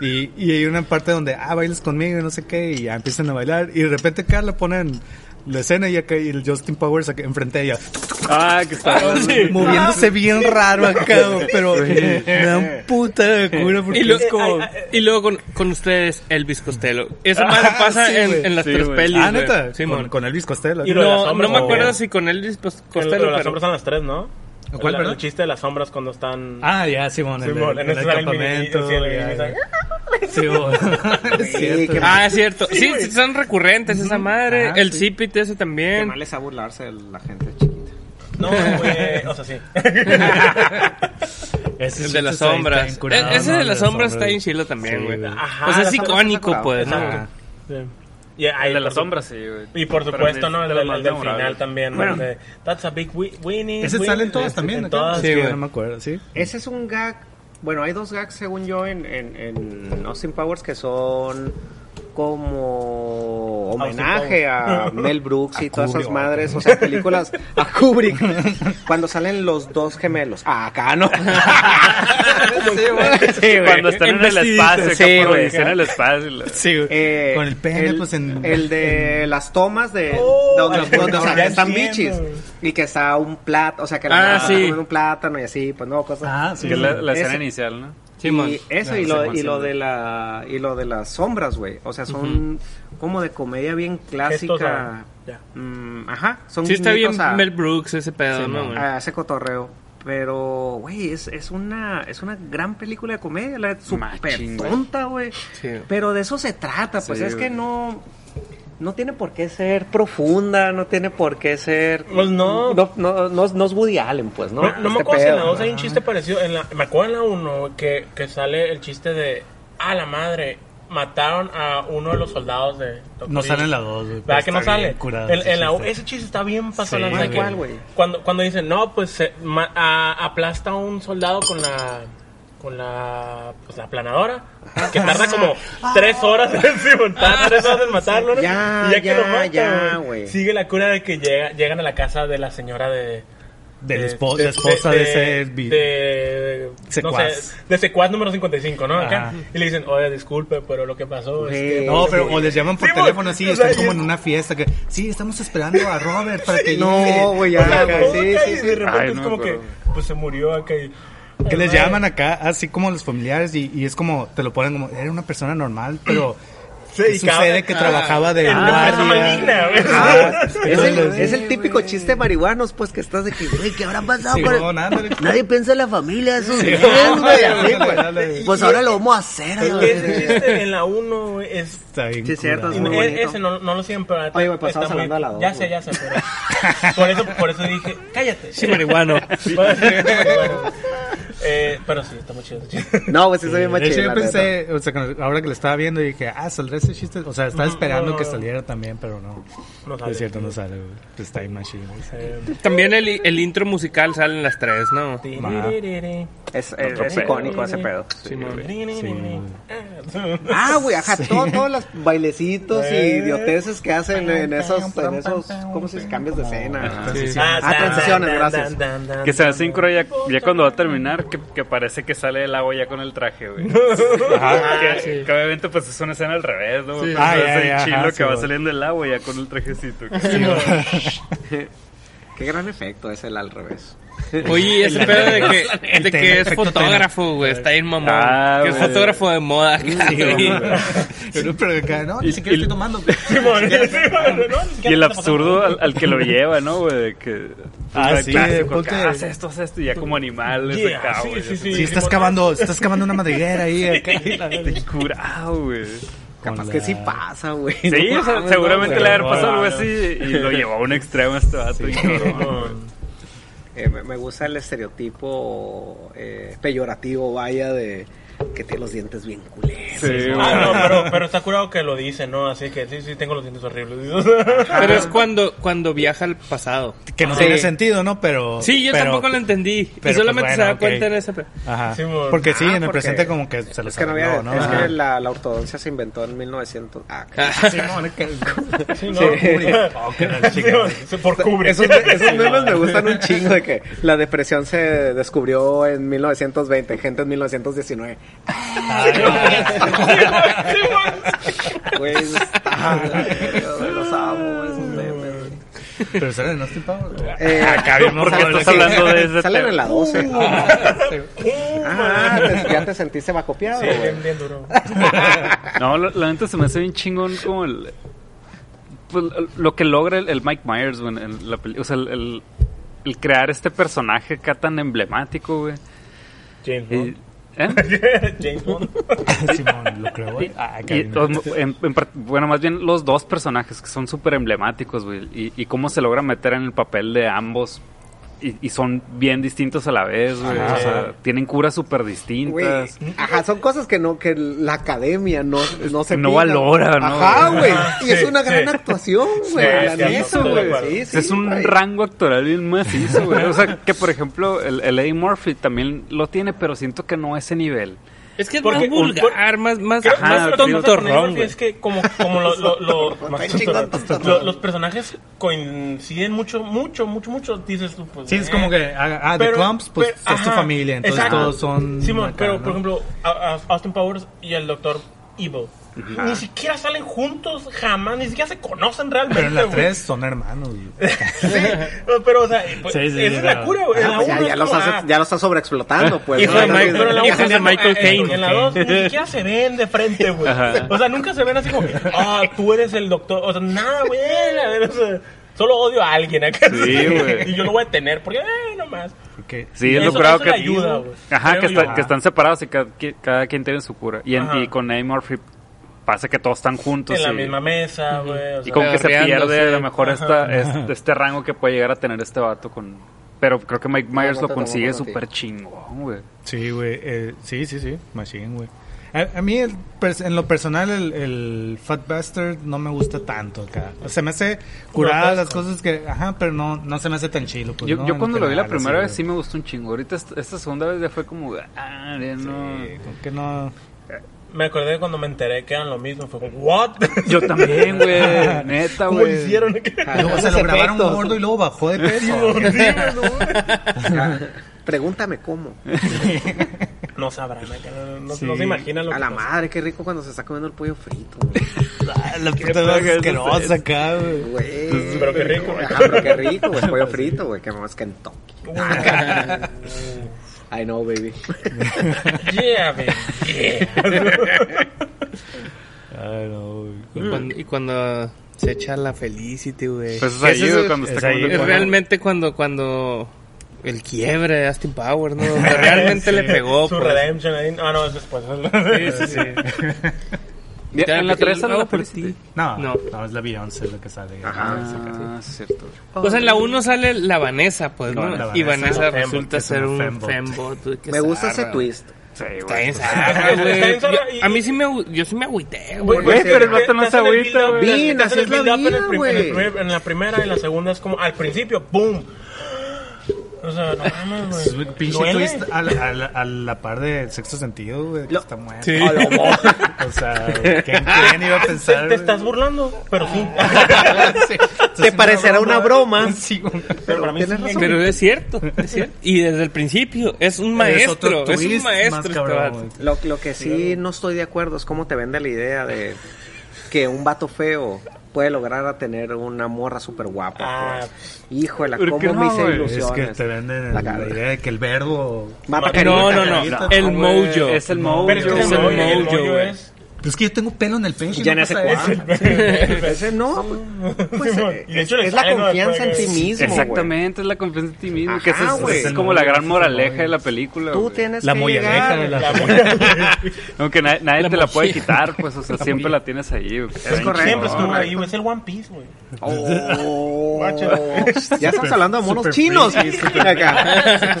Speaker 4: Y, y hay una parte donde, ah, bailes conmigo y no sé qué, y ya empiezan a bailar, y de repente acá la ponen la escena y acá y el Justin Powers acá enfrente de ella
Speaker 1: Ah, que está.
Speaker 4: moviéndose bien raro acá, güey, pero me da un puta de cura porque
Speaker 2: Y, lo-
Speaker 4: es como-
Speaker 2: y luego con, con ustedes, Elvis Costello. Esa madre pasa
Speaker 4: sí, güey.
Speaker 2: en, en las
Speaker 1: Sí,
Speaker 2: tres
Speaker 1: güey.
Speaker 2: pelis.
Speaker 4: Ah,
Speaker 2: güey.
Speaker 4: neta,
Speaker 2: Simón.
Speaker 4: con, con Elvis Costello.
Speaker 5: Y lo de las
Speaker 2: No,
Speaker 5: sombras,
Speaker 2: no me
Speaker 5: ¿no?
Speaker 2: acuerdo si con Elvis Pos-
Speaker 5: El- Este pero
Speaker 2: Costello,
Speaker 5: las
Speaker 2: pero...
Speaker 5: sombras son las tres, ¿no?
Speaker 4: ¿Cuál,
Speaker 5: La-
Speaker 4: perdón?
Speaker 5: El chiste de las sombras cuando están...
Speaker 4: Ah, ya, Simón, el, el,
Speaker 5: Simón, en
Speaker 4: el
Speaker 5: ese sale el mini-
Speaker 4: campamento.
Speaker 5: sí, el
Speaker 4: ya, ya.
Speaker 5: mini-
Speaker 4: Simón. Es cierto.
Speaker 3: qué
Speaker 2: Ah, es cierto. Sí, sí, son recurrentes esa madre.
Speaker 4: Ajá,
Speaker 2: el
Speaker 4: sí.
Speaker 2: Zipit ese
Speaker 3: Que
Speaker 2: también.
Speaker 3: mal les a burlarse de la gente chiquita.
Speaker 5: No, güey, o sea, sí.
Speaker 4: Ese
Speaker 2: El
Speaker 4: sí
Speaker 2: de las
Speaker 4: está bien
Speaker 2: sombras.
Speaker 4: curado,
Speaker 2: E- ese
Speaker 4: ¿no?
Speaker 2: de las sombras está bien
Speaker 4: sombras.
Speaker 2: chilo también,
Speaker 4: Sí,
Speaker 2: güey.
Speaker 4: güey.
Speaker 2: o sea, es icónico, pues, ¿no?
Speaker 3: Ajá.
Speaker 5: Ah, Sí. Y ahí,
Speaker 1: El de las
Speaker 5: por-
Speaker 1: sombras, sí, güey.
Speaker 5: Y por
Speaker 1: Para
Speaker 5: supuesto,
Speaker 1: mí
Speaker 5: ¿no?
Speaker 1: es
Speaker 5: El,
Speaker 1: de
Speaker 5: del-
Speaker 1: los más
Speaker 5: el del
Speaker 1: memorables.
Speaker 5: final también.
Speaker 3: Bueno.
Speaker 5: donde, That's a big wi- winning.
Speaker 4: Ese
Speaker 5: winning",
Speaker 4: salen todas
Speaker 5: este,
Speaker 4: también.
Speaker 5: En
Speaker 4: acá.
Speaker 5: todas.
Speaker 4: Sí,
Speaker 2: Sí,
Speaker 4: güey.
Speaker 2: güey.
Speaker 4: No me acuerdo, sí.
Speaker 3: Ese es un gag. Bueno, hay dos gags, según yo, en, en, en Austin Powers que son como homenaje a Mel Brooks y todas esas
Speaker 4: Kubrick.
Speaker 3: madres, o sea, películas a Kubrick, cuando salen los dos gemelos. Ah, acá no. Sí, güey. Sí, güey.
Speaker 1: Cuando están en el
Speaker 4: Investidito.
Speaker 1: espacio,
Speaker 3: Sí,
Speaker 1: sí,
Speaker 3: güey.
Speaker 1: en el espacio. y la-
Speaker 4: Sí, güey.
Speaker 3: Eh,
Speaker 4: Con el pene, pues en.
Speaker 3: el de las tomas de
Speaker 5: Oh,
Speaker 3: donde,
Speaker 5: ya
Speaker 3: donde, o sea, que están bichis
Speaker 5: entiendo.
Speaker 3: y que está un plato, o sea, que la
Speaker 2: Ah,
Speaker 3: morra está
Speaker 2: sí.
Speaker 3: comiendo un plátano y así, pues no, cosas.
Speaker 4: Ah, sí.
Speaker 1: Que es la, la
Speaker 3: Ese.
Speaker 1: escena inicial, ¿no?
Speaker 2: Simón.
Speaker 3: Y eso y
Speaker 1: Ah,
Speaker 3: lo,
Speaker 1: Simón,
Speaker 3: y lo
Speaker 1: Simón.
Speaker 3: de la y lo de las sombras, güey. O sea, son como de comedia bien
Speaker 5: Gestos
Speaker 3: clásica.
Speaker 5: a- ya.
Speaker 3: Mm, ajá, son
Speaker 2: Sí, está bien
Speaker 3: guiñitos a,
Speaker 2: Mel Brooks ese pedo, ¿no? güey?
Speaker 3: a ese cotorreo. Pero, güey, es, es una es una gran película de comedia, la
Speaker 1: Machín,
Speaker 3: super
Speaker 1: güey.
Speaker 3: tonta, güey.
Speaker 2: Sí.
Speaker 3: Pero de eso se trata, pues
Speaker 1: Sí,
Speaker 3: es que
Speaker 1: güey.
Speaker 3: no no tiene por qué ser profunda, no tiene por qué ser.
Speaker 5: Pues no.
Speaker 3: No, no, no es- no es Woody Allen, pues, ¿no?
Speaker 5: No, no me
Speaker 3: Este
Speaker 5: acuerdo si en la
Speaker 3: pedo.
Speaker 5: 2 hay un chiste parecido. En la, me acuerdo en la 1 que, que sale el chiste de. ¡Ah, la madre! Mataron a uno de los soldados de. Doctor
Speaker 4: No
Speaker 5: Evil".
Speaker 4: sale en la 2, güey. pues,
Speaker 5: ¿Verdad que no
Speaker 4: Está bien
Speaker 5: sale?
Speaker 4: curado
Speaker 5: En-
Speaker 4: ese
Speaker 5: en la-
Speaker 4: chiste.
Speaker 5: ese chiste está bien pasado.
Speaker 4: Sí,
Speaker 5: la madre.
Speaker 4: güey. ¿Cuál,
Speaker 3: güey?
Speaker 5: Cuando, cuando dicen, no, pues se ma- a- aplasta a un soldado con la. Con la. Pues la aplanadora. Que tarda como tres horas en sí, tarda tres horas en matarlo, ¿no?
Speaker 3: Ya,
Speaker 5: y ya, que
Speaker 3: ya,
Speaker 5: lo mata,
Speaker 3: ya, güey.
Speaker 5: Sigue la cura de que llega, llegan a la casa de la señora de.
Speaker 4: De la
Speaker 5: de-
Speaker 4: espo-
Speaker 5: de-
Speaker 4: la esposa de, ese. vi-
Speaker 5: de-
Speaker 4: Secuaz.
Speaker 5: No sé, de secuaz número 55, ¿no? Acá.
Speaker 4: Ajá.
Speaker 5: Y le dicen, oye, disculpe, pero lo que pasó es que...
Speaker 3: Güey.
Speaker 4: No, pero o les llaman por
Speaker 5: Sí,
Speaker 4: teléfono
Speaker 5: güey.
Speaker 4: así,
Speaker 5: O
Speaker 4: están
Speaker 5: sea,
Speaker 4: como
Speaker 5: y-
Speaker 4: en una fiesta que sí, estamos esperando a Robert para que llegue".
Speaker 3: No, güey,
Speaker 5: O sea,
Speaker 3: ya,
Speaker 5: todo
Speaker 3: güey. Sí,
Speaker 5: acá
Speaker 3: sí,
Speaker 5: y
Speaker 3: sí.
Speaker 5: de repente
Speaker 1: Ay,
Speaker 5: es
Speaker 1: no
Speaker 5: como
Speaker 1: me
Speaker 5: que, pues se murió acá y...
Speaker 4: Que les
Speaker 5: Ay,
Speaker 4: llaman acá, así como los familiares, y, y es como, te lo ponen como, era una persona normal, pero
Speaker 5: se dedicaba
Speaker 4: sucede que
Speaker 5: a-
Speaker 4: trabajaba de
Speaker 5: en una empresa
Speaker 4: guardia.
Speaker 5: maligna, güey.
Speaker 3: Ah, es, el,
Speaker 4: Entonces,
Speaker 3: es el típico chiste de marihuanos, pues, que estás de que, güey, ¿qué habrá pasado?
Speaker 4: Sí,
Speaker 3: por el-
Speaker 4: no, ándale.
Speaker 3: Nadie piensa en la familia, eso
Speaker 4: Sí,
Speaker 3: güey,
Speaker 4: ándale,
Speaker 3: así,
Speaker 4: ándale,
Speaker 3: güey.
Speaker 4: ándale.
Speaker 3: Pues ahora lo vamos a hacer,
Speaker 4: Pues
Speaker 5: Es
Speaker 3: güey.
Speaker 5: que ese chiste en la 1 güey, es...
Speaker 4: Está bien
Speaker 3: Sí, es cierto,
Speaker 4: curado.
Speaker 3: es muy
Speaker 5: e-
Speaker 3: bonito.
Speaker 5: ese no, no lo siguen, pero...
Speaker 3: Oye, güey, pues,
Speaker 5: está
Speaker 3: estabas
Speaker 5: muy-
Speaker 3: hablando de la dos,
Speaker 5: Ya sé,
Speaker 3: güey.
Speaker 5: ya sé, pero... Por eso, por eso dije, cállate.
Speaker 2: Sí, marihuano.
Speaker 5: Bueno, bueno. Eh, pero sí, está muy chido. ese chiste.
Speaker 3: No, pues eso es
Speaker 4: De
Speaker 3: bien
Speaker 4: hecho,
Speaker 3: chido.
Speaker 4: yo
Speaker 3: la neta.
Speaker 4: pensé, o sea, cuando- ahora que lo estaba viendo, dije, ah, saldrá ese chiste. O sea, estaba esperando
Speaker 5: no,
Speaker 4: que
Speaker 5: no.
Speaker 4: saliera también, pero no.
Speaker 5: No sale.
Speaker 4: Es cierto, no sale, güey. Pues Está ahí más chido.
Speaker 2: También el, el intro musical sale en las tres, ¿no?
Speaker 5: Tiririri.
Speaker 3: Es, es- es
Speaker 1: pedo.
Speaker 3: icónico ese pedo.
Speaker 5: Tiririri.
Speaker 3: Ah, güey, ajá, todo- todos los bailecitos y
Speaker 5: Eh.
Speaker 3: idioteces que hacen en esos, en esos, ¿cómo se dice? Cambios de escena. Ah,
Speaker 5: dan,
Speaker 3: transiciones,
Speaker 5: dan,
Speaker 3: gracias.
Speaker 5: dan, dan, dan,
Speaker 1: Que sea
Speaker 5: dan,
Speaker 1: sincro ya, ya cuando va a terminar, que, que parece que sale del agua ya con el traje, güey. que, que obviamente pues es una escena al revés, ¿no? Pues,
Speaker 4: Ah,
Speaker 1: es
Speaker 4: ya,
Speaker 1: el
Speaker 4: ya,
Speaker 1: chilo
Speaker 4: ajá,
Speaker 1: que
Speaker 4: sí,
Speaker 1: va
Speaker 4: güey.
Speaker 1: saliendo del agua ya con el trajecito.
Speaker 3: Qué gran efecto es el al revés.
Speaker 2: Oye, ese pedo de que,
Speaker 4: El
Speaker 2: de
Speaker 4: tema,
Speaker 2: que es
Speaker 4: efecto
Speaker 2: fotógrafo, güey, está bien mamón.
Speaker 1: Ah,
Speaker 2: que es
Speaker 1: güey.
Speaker 2: fotógrafo de moda.
Speaker 4: Pero acá, no, ni
Speaker 1: Y-
Speaker 4: siquiera
Speaker 1: y-
Speaker 4: estoy tomando.
Speaker 5: Simón, Simón, no, ni siquiera
Speaker 1: Y el
Speaker 5: te pasó
Speaker 1: absurdo
Speaker 5: nada.
Speaker 1: al, al que lo lleva, ¿no, güey? De Que,
Speaker 4: Ah,
Speaker 1: o sea,
Speaker 4: sí,
Speaker 1: clásico,
Speaker 4: ponte-
Speaker 1: acá, haz esto, haz esto, y ya como animales
Speaker 5: Yeah,
Speaker 1: acá,
Speaker 5: sí,
Speaker 1: güey.
Speaker 5: sí, sí.
Speaker 4: Si estás cavando, estás cavando una madriguera ahí. acá.
Speaker 1: Te curado, güey.
Speaker 3: Capaz
Speaker 4: Con
Speaker 3: que
Speaker 4: la-
Speaker 3: sí pasa, güey.
Speaker 1: Sí,
Speaker 3: No
Speaker 1: o sea,
Speaker 3: mames,
Speaker 1: seguramente
Speaker 3: no,
Speaker 1: le
Speaker 3: güey.
Speaker 1: haber pasado algo
Speaker 5: no,
Speaker 1: así y lo llevó a un extremo este vato. y cabrón, güey.
Speaker 3: Eh, me, me gusta el estereotipo eh, peyorativo, vaya, de que tiene los dientes bien culeros.
Speaker 1: Sí, güey.
Speaker 5: Ah, no, pero, pero está curado que lo dice, ¿no? Así que sí, sí, tengo los dientes horribles.
Speaker 2: Pero es cuando, cuando viaja al pasado.
Speaker 4: Que no
Speaker 3: Sí.
Speaker 4: tiene sentido, ¿no? Pero.
Speaker 2: Sí, yo
Speaker 4: pero-
Speaker 2: tampoco lo entendí.
Speaker 4: pero,
Speaker 2: y solamente
Speaker 4: pues,
Speaker 2: se da
Speaker 4: bueno, ok.
Speaker 2: cuenta en ese pedo.
Speaker 4: Ajá.
Speaker 5: Sí, mon.
Speaker 4: Porque sí,
Speaker 3: Ah,
Speaker 4: en el
Speaker 3: porque-
Speaker 4: presente como que se lo
Speaker 3: Es que no
Speaker 4: sabe,
Speaker 3: había, es
Speaker 4: Ajá.
Speaker 3: que la, la ortodoncia se inventó en 1900. Ah,
Speaker 2: Ah,
Speaker 5: Sí, ¿no?
Speaker 3: Sí.
Speaker 5: Sí, sí, por cubre.
Speaker 3: Esos, me- esos memes me gustan un chingo de que la depresión se descubrió en 1920, gente en 1919. Güey, ah, los amo, esos memes.
Speaker 1: Ah,
Speaker 4: Pero sale de Austin Powers.
Speaker 3: Eh,
Speaker 4: Acá bien,
Speaker 1: ¿Por qué
Speaker 4: vamos a
Speaker 1: estás
Speaker 4: hablar
Speaker 1: hablando de ese
Speaker 3: Salen
Speaker 1: tema?
Speaker 3: en la 12. Ah, te- ya te sentiste vacopiado,
Speaker 5: Sí,
Speaker 3: güey.
Speaker 5: bien, bien duro.
Speaker 1: No, la, la neta se me hace bien chingón como el... pues, lo que logra el, el Mike Myers, güey, en la peli- O sea, el, el- el crear este personaje acá tan emblemático, güey.
Speaker 5: James
Speaker 1: Y-
Speaker 5: Bond.
Speaker 1: ¿eh?
Speaker 5: James Bond.
Speaker 4: de- Simón, lo creo. güey. Ah, acá
Speaker 1: Y,
Speaker 4: bien.
Speaker 1: o- en- en par- bueno, más bien los dos personajes que son súper emblemáticos, güey. Y, y cómo se logra meter en el papel de ambos. Y, y son bien distintos a la vez, güey. O sea, tienen curas súper
Speaker 3: Güey,
Speaker 1: distintas.
Speaker 3: Ajá, son cosas que no que la academia no, no se
Speaker 1: No
Speaker 3: fija.
Speaker 1: valora, ¿no?
Speaker 3: Ajá, güey.
Speaker 5: Ajá,
Speaker 3: Y es
Speaker 5: sí,
Speaker 3: una gran
Speaker 5: sí.
Speaker 3: actuación, güey.
Speaker 5: es
Speaker 3: la
Speaker 5: cierto,
Speaker 3: neta,
Speaker 5: estoy de
Speaker 3: güey.
Speaker 5: acuerdo.
Speaker 3: Sí, sí,
Speaker 1: es un
Speaker 3: güey.
Speaker 1: rango actoral bien macizo, güey. O sea, que por ejemplo, el, el Eddie Murphy también lo tiene, pero siento que no a ese nivel.
Speaker 2: es que es
Speaker 5: Porque
Speaker 2: más
Speaker 5: un-
Speaker 2: vulgar, más, más,
Speaker 5: Creo que
Speaker 1: Ajá,
Speaker 2: más
Speaker 5: lo que pasa con Eddie
Speaker 2: tontorrón,
Speaker 5: Murphy
Speaker 2: güey.
Speaker 5: Es que como, como lo- lo- lo-
Speaker 3: Está
Speaker 5: más
Speaker 3: chingón,
Speaker 5: tontorrón.
Speaker 3: tontorrón.
Speaker 5: Lo- los personajes coinciden mucho, mucho, mucho, mucho, dices tú. Pues,
Speaker 4: Sí, es
Speaker 5: eh.
Speaker 4: como que, ah, ah, de
Speaker 5: Pero-
Speaker 4: Clumps, pues
Speaker 5: pero-
Speaker 4: es tu
Speaker 5: ajá,
Speaker 4: familia, entonces
Speaker 5: exacto.
Speaker 4: todos son.
Speaker 5: Simón,
Speaker 4: acá,
Speaker 5: pero
Speaker 4: ¿no?
Speaker 5: por ejemplo, a- a- Austin Powers y el Doctor Evil. Ni siquiera salen juntos, jamás, ni siquiera se conocen realmente.
Speaker 4: Pero en las
Speaker 5: güey.
Speaker 4: tres son hermanos. güey.
Speaker 5: No, Pero, o sea, pues,
Speaker 4: Sí, sí, sí,
Speaker 5: esa es la
Speaker 4: claro.
Speaker 5: cura, güey. En la
Speaker 3: Ah, pues ya,
Speaker 5: uno
Speaker 3: ya
Speaker 5: es
Speaker 3: los
Speaker 5: como,
Speaker 3: hace-
Speaker 5: ah,
Speaker 3: ya los está sobreexplotando, pues.
Speaker 2: Hijo
Speaker 3: ¿no?
Speaker 2: de Michael-
Speaker 5: pero en la
Speaker 2: hijos
Speaker 5: uno-
Speaker 2: de Michael
Speaker 5: en-
Speaker 2: Caine.
Speaker 5: En la dos ni siquiera se ven de frente, güey.
Speaker 1: Ajá.
Speaker 5: O sea, nunca se ven así como, ah, tú eres el doctor. O sea, nada, güey. eh, la verdad, o sea, solo odio a alguien acá.
Speaker 1: Sí, güey.
Speaker 5: Y yo lo voy a tener porque, eh, nomás.
Speaker 4: Porque-
Speaker 1: Sí, es
Speaker 5: Eso-
Speaker 1: lo curado
Speaker 5: eso
Speaker 1: que.
Speaker 5: le ayuda, güey.
Speaker 1: Ajá,
Speaker 5: Creo
Speaker 1: que,
Speaker 5: yo.
Speaker 1: está- que están separados y cada, que- cada quien tiene su cura. Y, en-
Speaker 5: Ajá.
Speaker 1: y con Eddie Murphy pasa que todos están juntos.
Speaker 5: en la
Speaker 1: y-
Speaker 5: misma mesa, güey. o
Speaker 1: Y
Speaker 5: sea,
Speaker 1: como que se
Speaker 2: Pedorreándose.
Speaker 1: pierde a lo mejor esta,
Speaker 2: Ajá.
Speaker 1: este, este rango que puede llegar a tener este vato con... Pero creo que Mike Myers
Speaker 3: no
Speaker 1: lo
Speaker 3: te
Speaker 1: consigue
Speaker 3: tomo por ti.
Speaker 1: súper chingón, güey.
Speaker 4: Sí, güey. eh, sí, sí, sí. Machine, güey. A, a mí, el pers- en lo personal, el, el Fat Bastard no me gusta tanto acá. O sea, se me hace curada las cosas que. Ajá, pero no, no se me hace tan chilo. pues,
Speaker 1: Yo,
Speaker 4: ¿no?
Speaker 1: yo
Speaker 4: En
Speaker 1: cuando lo vi la
Speaker 4: general,
Speaker 1: primera vez
Speaker 4: así,
Speaker 1: sí me gustó un chingo. Ahorita esta, esta segunda vez ya fue como... Ah, ya no...
Speaker 4: güey. Sí, como que no.
Speaker 5: Me acordé cuando me enteré que eran lo mismo. Fue como, ¿what?
Speaker 1: Yo también, güey. Neta,
Speaker 5: ¿Cómo
Speaker 1: güey.
Speaker 5: hicieron?
Speaker 3: Ah,
Speaker 4: Luego se
Speaker 3: esos
Speaker 4: lo grabaron
Speaker 3: efectos.
Speaker 4: gordo y luego bajó de peso.
Speaker 3: Ah, Pregúntame cómo.
Speaker 5: No sabrán, acá, no, no-
Speaker 4: Sí.
Speaker 5: no se imaginan lo
Speaker 3: A
Speaker 5: que
Speaker 3: la
Speaker 5: pasó.
Speaker 3: madre, qué rico cuando se está comiendo el pollo frito. güey.
Speaker 4: Ah, la puta madre asquerosa acá, güey.
Speaker 3: Güey.
Speaker 5: Pero qué rico, güey.
Speaker 3: Ajá, pero qué rico, güey. Pollo frito, güey. Que más Kentucky. I know, baby.
Speaker 5: Yeah, baby, yeah.
Speaker 4: Ay, no, güey.
Speaker 2: Y cuando, y cuando se echa la Felicity, güey.
Speaker 1: Pues es
Speaker 4: Ese
Speaker 1: ahí,
Speaker 4: es-
Speaker 1: güey, cuando
Speaker 4: es
Speaker 1: está
Speaker 4: ahí,
Speaker 1: comiendo
Speaker 4: es
Speaker 1: con-
Speaker 2: realmente cuando, cuando el quiebre de Austin Powers, ¿no? Donde realmente le pegó.
Speaker 5: Su
Speaker 2: pues.
Speaker 5: redemption ahí. Ah, no, es después. sí, sí, sí.
Speaker 1: Ya, En la 3 sale
Speaker 2: Hago
Speaker 1: la
Speaker 2: por
Speaker 1: Felicity.
Speaker 2: ti.
Speaker 4: No, no,
Speaker 2: No.
Speaker 4: es la Beyoncé lo que sale.
Speaker 1: Ah, sí, es cierto. güey.
Speaker 2: Pues en la 1 sale la Vanessa, pues, ¿no?
Speaker 4: La
Speaker 2: y
Speaker 4: Vanessa.
Speaker 2: Vanessa
Speaker 4: Fembot,
Speaker 2: resulta
Speaker 4: que es
Speaker 2: ser
Speaker 4: un
Speaker 2: un
Speaker 4: fembot.
Speaker 2: fembot. güey, qué
Speaker 3: Me gusta
Speaker 2: zarra.
Speaker 3: ese twist.
Speaker 1: Sí, güey.
Speaker 2: Está bien zarra,
Speaker 5: Está
Speaker 2: güey.
Speaker 5: bien zarra
Speaker 2: Yo-
Speaker 5: y-
Speaker 2: A mí sí me, agü- yo sí me agüité,
Speaker 5: Güey,
Speaker 2: güey.
Speaker 1: Güey,
Speaker 3: sí,
Speaker 1: pero el
Speaker 3: güey.
Speaker 1: vato no
Speaker 5: Te
Speaker 1: se
Speaker 5: hacen el
Speaker 1: agüita,
Speaker 5: build-up,
Speaker 1: güey.
Speaker 5: te
Speaker 3: Bien,
Speaker 5: hacen
Speaker 3: así
Speaker 5: el
Speaker 3: es la
Speaker 5: build-up en el
Speaker 3: vida,
Speaker 5: prim-
Speaker 3: güey.
Speaker 5: En, el primer- en la primera y la segunda es como al principio, ¡boom! O sea, no mames,
Speaker 4: Es
Speaker 5: güey.
Speaker 4: un Pues, pinche
Speaker 5: Duele.
Speaker 4: twist a la, a la- a la par de sexto sentido, güey. que
Speaker 3: Lo-
Speaker 4: Está muerto.
Speaker 2: Sí.
Speaker 4: O sea, ¿quién, quién iba a pensar?
Speaker 5: Te
Speaker 4: güey?
Speaker 5: estás burlando, pero sí.
Speaker 4: Sí, estás
Speaker 3: Te
Speaker 4: haciendo
Speaker 3: parecerá una broma.
Speaker 4: Sí, güey.
Speaker 5: pero para mí
Speaker 3: tienes
Speaker 5: sí.
Speaker 3: razón.
Speaker 2: Pero es cierto, es cierto. Y desde el principio, es un maestro,
Speaker 4: otro
Speaker 2: es, un
Speaker 4: twist
Speaker 2: maestro.
Speaker 4: más
Speaker 2: este
Speaker 4: cabrón,
Speaker 2: vato.
Speaker 4: güey.
Speaker 3: Lo, lo que sí no estoy de acuerdo es cómo te vende la idea de que un vato feo puede lograr a tener una morra súper guapa. pues.
Speaker 5: Ah,
Speaker 3: Híjole,
Speaker 1: ¿por
Speaker 3: cómo
Speaker 1: qué no,
Speaker 3: me hice
Speaker 1: güey?
Speaker 4: Es que
Speaker 3: ilusiones.
Speaker 4: te venden
Speaker 3: La
Speaker 4: la,
Speaker 3: cara.
Speaker 4: idea de que el verbo.
Speaker 3: Mata carita,
Speaker 2: No, no,
Speaker 3: carita.
Speaker 2: no. El
Speaker 1: güey,
Speaker 2: mojo.
Speaker 1: Es el mojo.
Speaker 5: Pero es que
Speaker 2: Es
Speaker 5: es
Speaker 2: el
Speaker 5: el mojo, el
Speaker 2: mojo,
Speaker 5: mojo
Speaker 2: güey.
Speaker 5: es.
Speaker 4: Pues es que yo tengo pelo en el pecho.
Speaker 3: Ya en
Speaker 4: no
Speaker 3: ese
Speaker 4: pasa eso.
Speaker 3: cuadro. Ese eh, no. pues, Pues,
Speaker 5: Simón,
Speaker 3: eh,
Speaker 5: y de
Speaker 3: es,
Speaker 5: hecho le
Speaker 3: es la
Speaker 5: sale, ¿no?
Speaker 3: confianza en ti
Speaker 5: Después,
Speaker 3: mismo. güey.
Speaker 1: Exactamente, es la confianza en ti mismo. que
Speaker 3: Ajá,
Speaker 1: esa es,
Speaker 3: güey.
Speaker 1: esa es como la gran moraleja de la película.
Speaker 3: Tú
Speaker 1: güey.
Speaker 3: tienes
Speaker 4: La
Speaker 3: que
Speaker 4: mollaneja
Speaker 3: llegar,
Speaker 4: de la.
Speaker 3: güey.
Speaker 1: Aunque na- nadie
Speaker 2: La
Speaker 1: te la puede
Speaker 2: mochila.
Speaker 1: quitar, pues, o sea, siempre la tienes ahí. güey. Está bien
Speaker 3: correcto.
Speaker 5: Siempre
Speaker 1: chingón.
Speaker 5: estuvo ahí, güey. Es el One Piece, güey.
Speaker 3: Oh.
Speaker 5: Guacha.
Speaker 3: ya estamos hablando de monos chinos. Acá.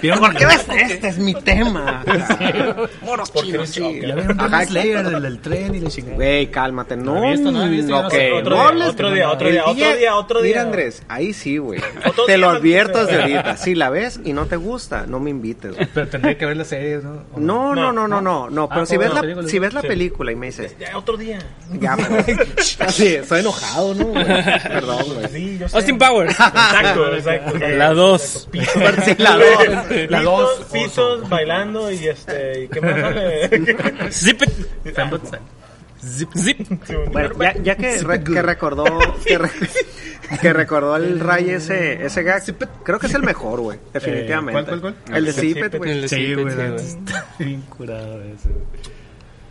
Speaker 4: ¿Vieron?
Speaker 3: ¿Por qué ves? Este es mi tema. acá. Monos
Speaker 5: Porque
Speaker 3: chinos.
Speaker 5: eres
Speaker 3: sí.
Speaker 4: ¿Ya vieron
Speaker 3: Ajá,
Speaker 4: Demon Slayer, el del tren y la chingada?
Speaker 3: Güey, cálmate, no. mm,
Speaker 4: he visto, no he visto, yo no
Speaker 3: ok,
Speaker 4: sé.
Speaker 5: Otro
Speaker 3: no
Speaker 5: día,
Speaker 3: hables-
Speaker 5: otro día, otro
Speaker 3: El
Speaker 5: día, otro día, otro
Speaker 3: Mira,
Speaker 5: día.
Speaker 3: Andrés, ahí sí, güey.
Speaker 5: Otro
Speaker 3: Te lo
Speaker 5: día,
Speaker 3: advierto
Speaker 5: Andrés.
Speaker 3: desde ahorita. Si la ves y no te gusta, no me invites. güey.
Speaker 4: Pero tendría que ver las series, ¿no? ¿O
Speaker 3: No, no, no, no, no, no. Pero
Speaker 4: Ah,
Speaker 3: si
Speaker 4: ¿cómo
Speaker 3: ves
Speaker 4: no?
Speaker 3: la,
Speaker 4: Película.
Speaker 3: si ves la
Speaker 4: Sí.
Speaker 3: película y me dices,
Speaker 5: Ya, otro día.
Speaker 3: ya, pero- Así, estoy enojado, ¿no? güey? Perdón, güey.
Speaker 5: Sí, yo sé.
Speaker 2: Austin Powers.
Speaker 5: Exacto, exacto.
Speaker 2: La 2.
Speaker 3: Sí, la dos.
Speaker 4: La
Speaker 5: Pisos,
Speaker 4: dos.
Speaker 5: pisos bailando y este. ¿Y qué más sale?
Speaker 2: Zip it.
Speaker 4: Fembot- Zip.
Speaker 2: Zip.
Speaker 3: Bueno, ya, ya que, re- que recordó que, re- que recordó el Ray ese, ese gag, creo que es el mejor, güey, definitivamente.
Speaker 4: ¿cuál, cuál,
Speaker 3: El de Zipet, güey.
Speaker 2: El
Speaker 4: Sí,
Speaker 2: zip it,
Speaker 4: güey.
Speaker 2: Pues, sí,
Speaker 4: la-
Speaker 2: güey.
Speaker 4: Está bien curado eso.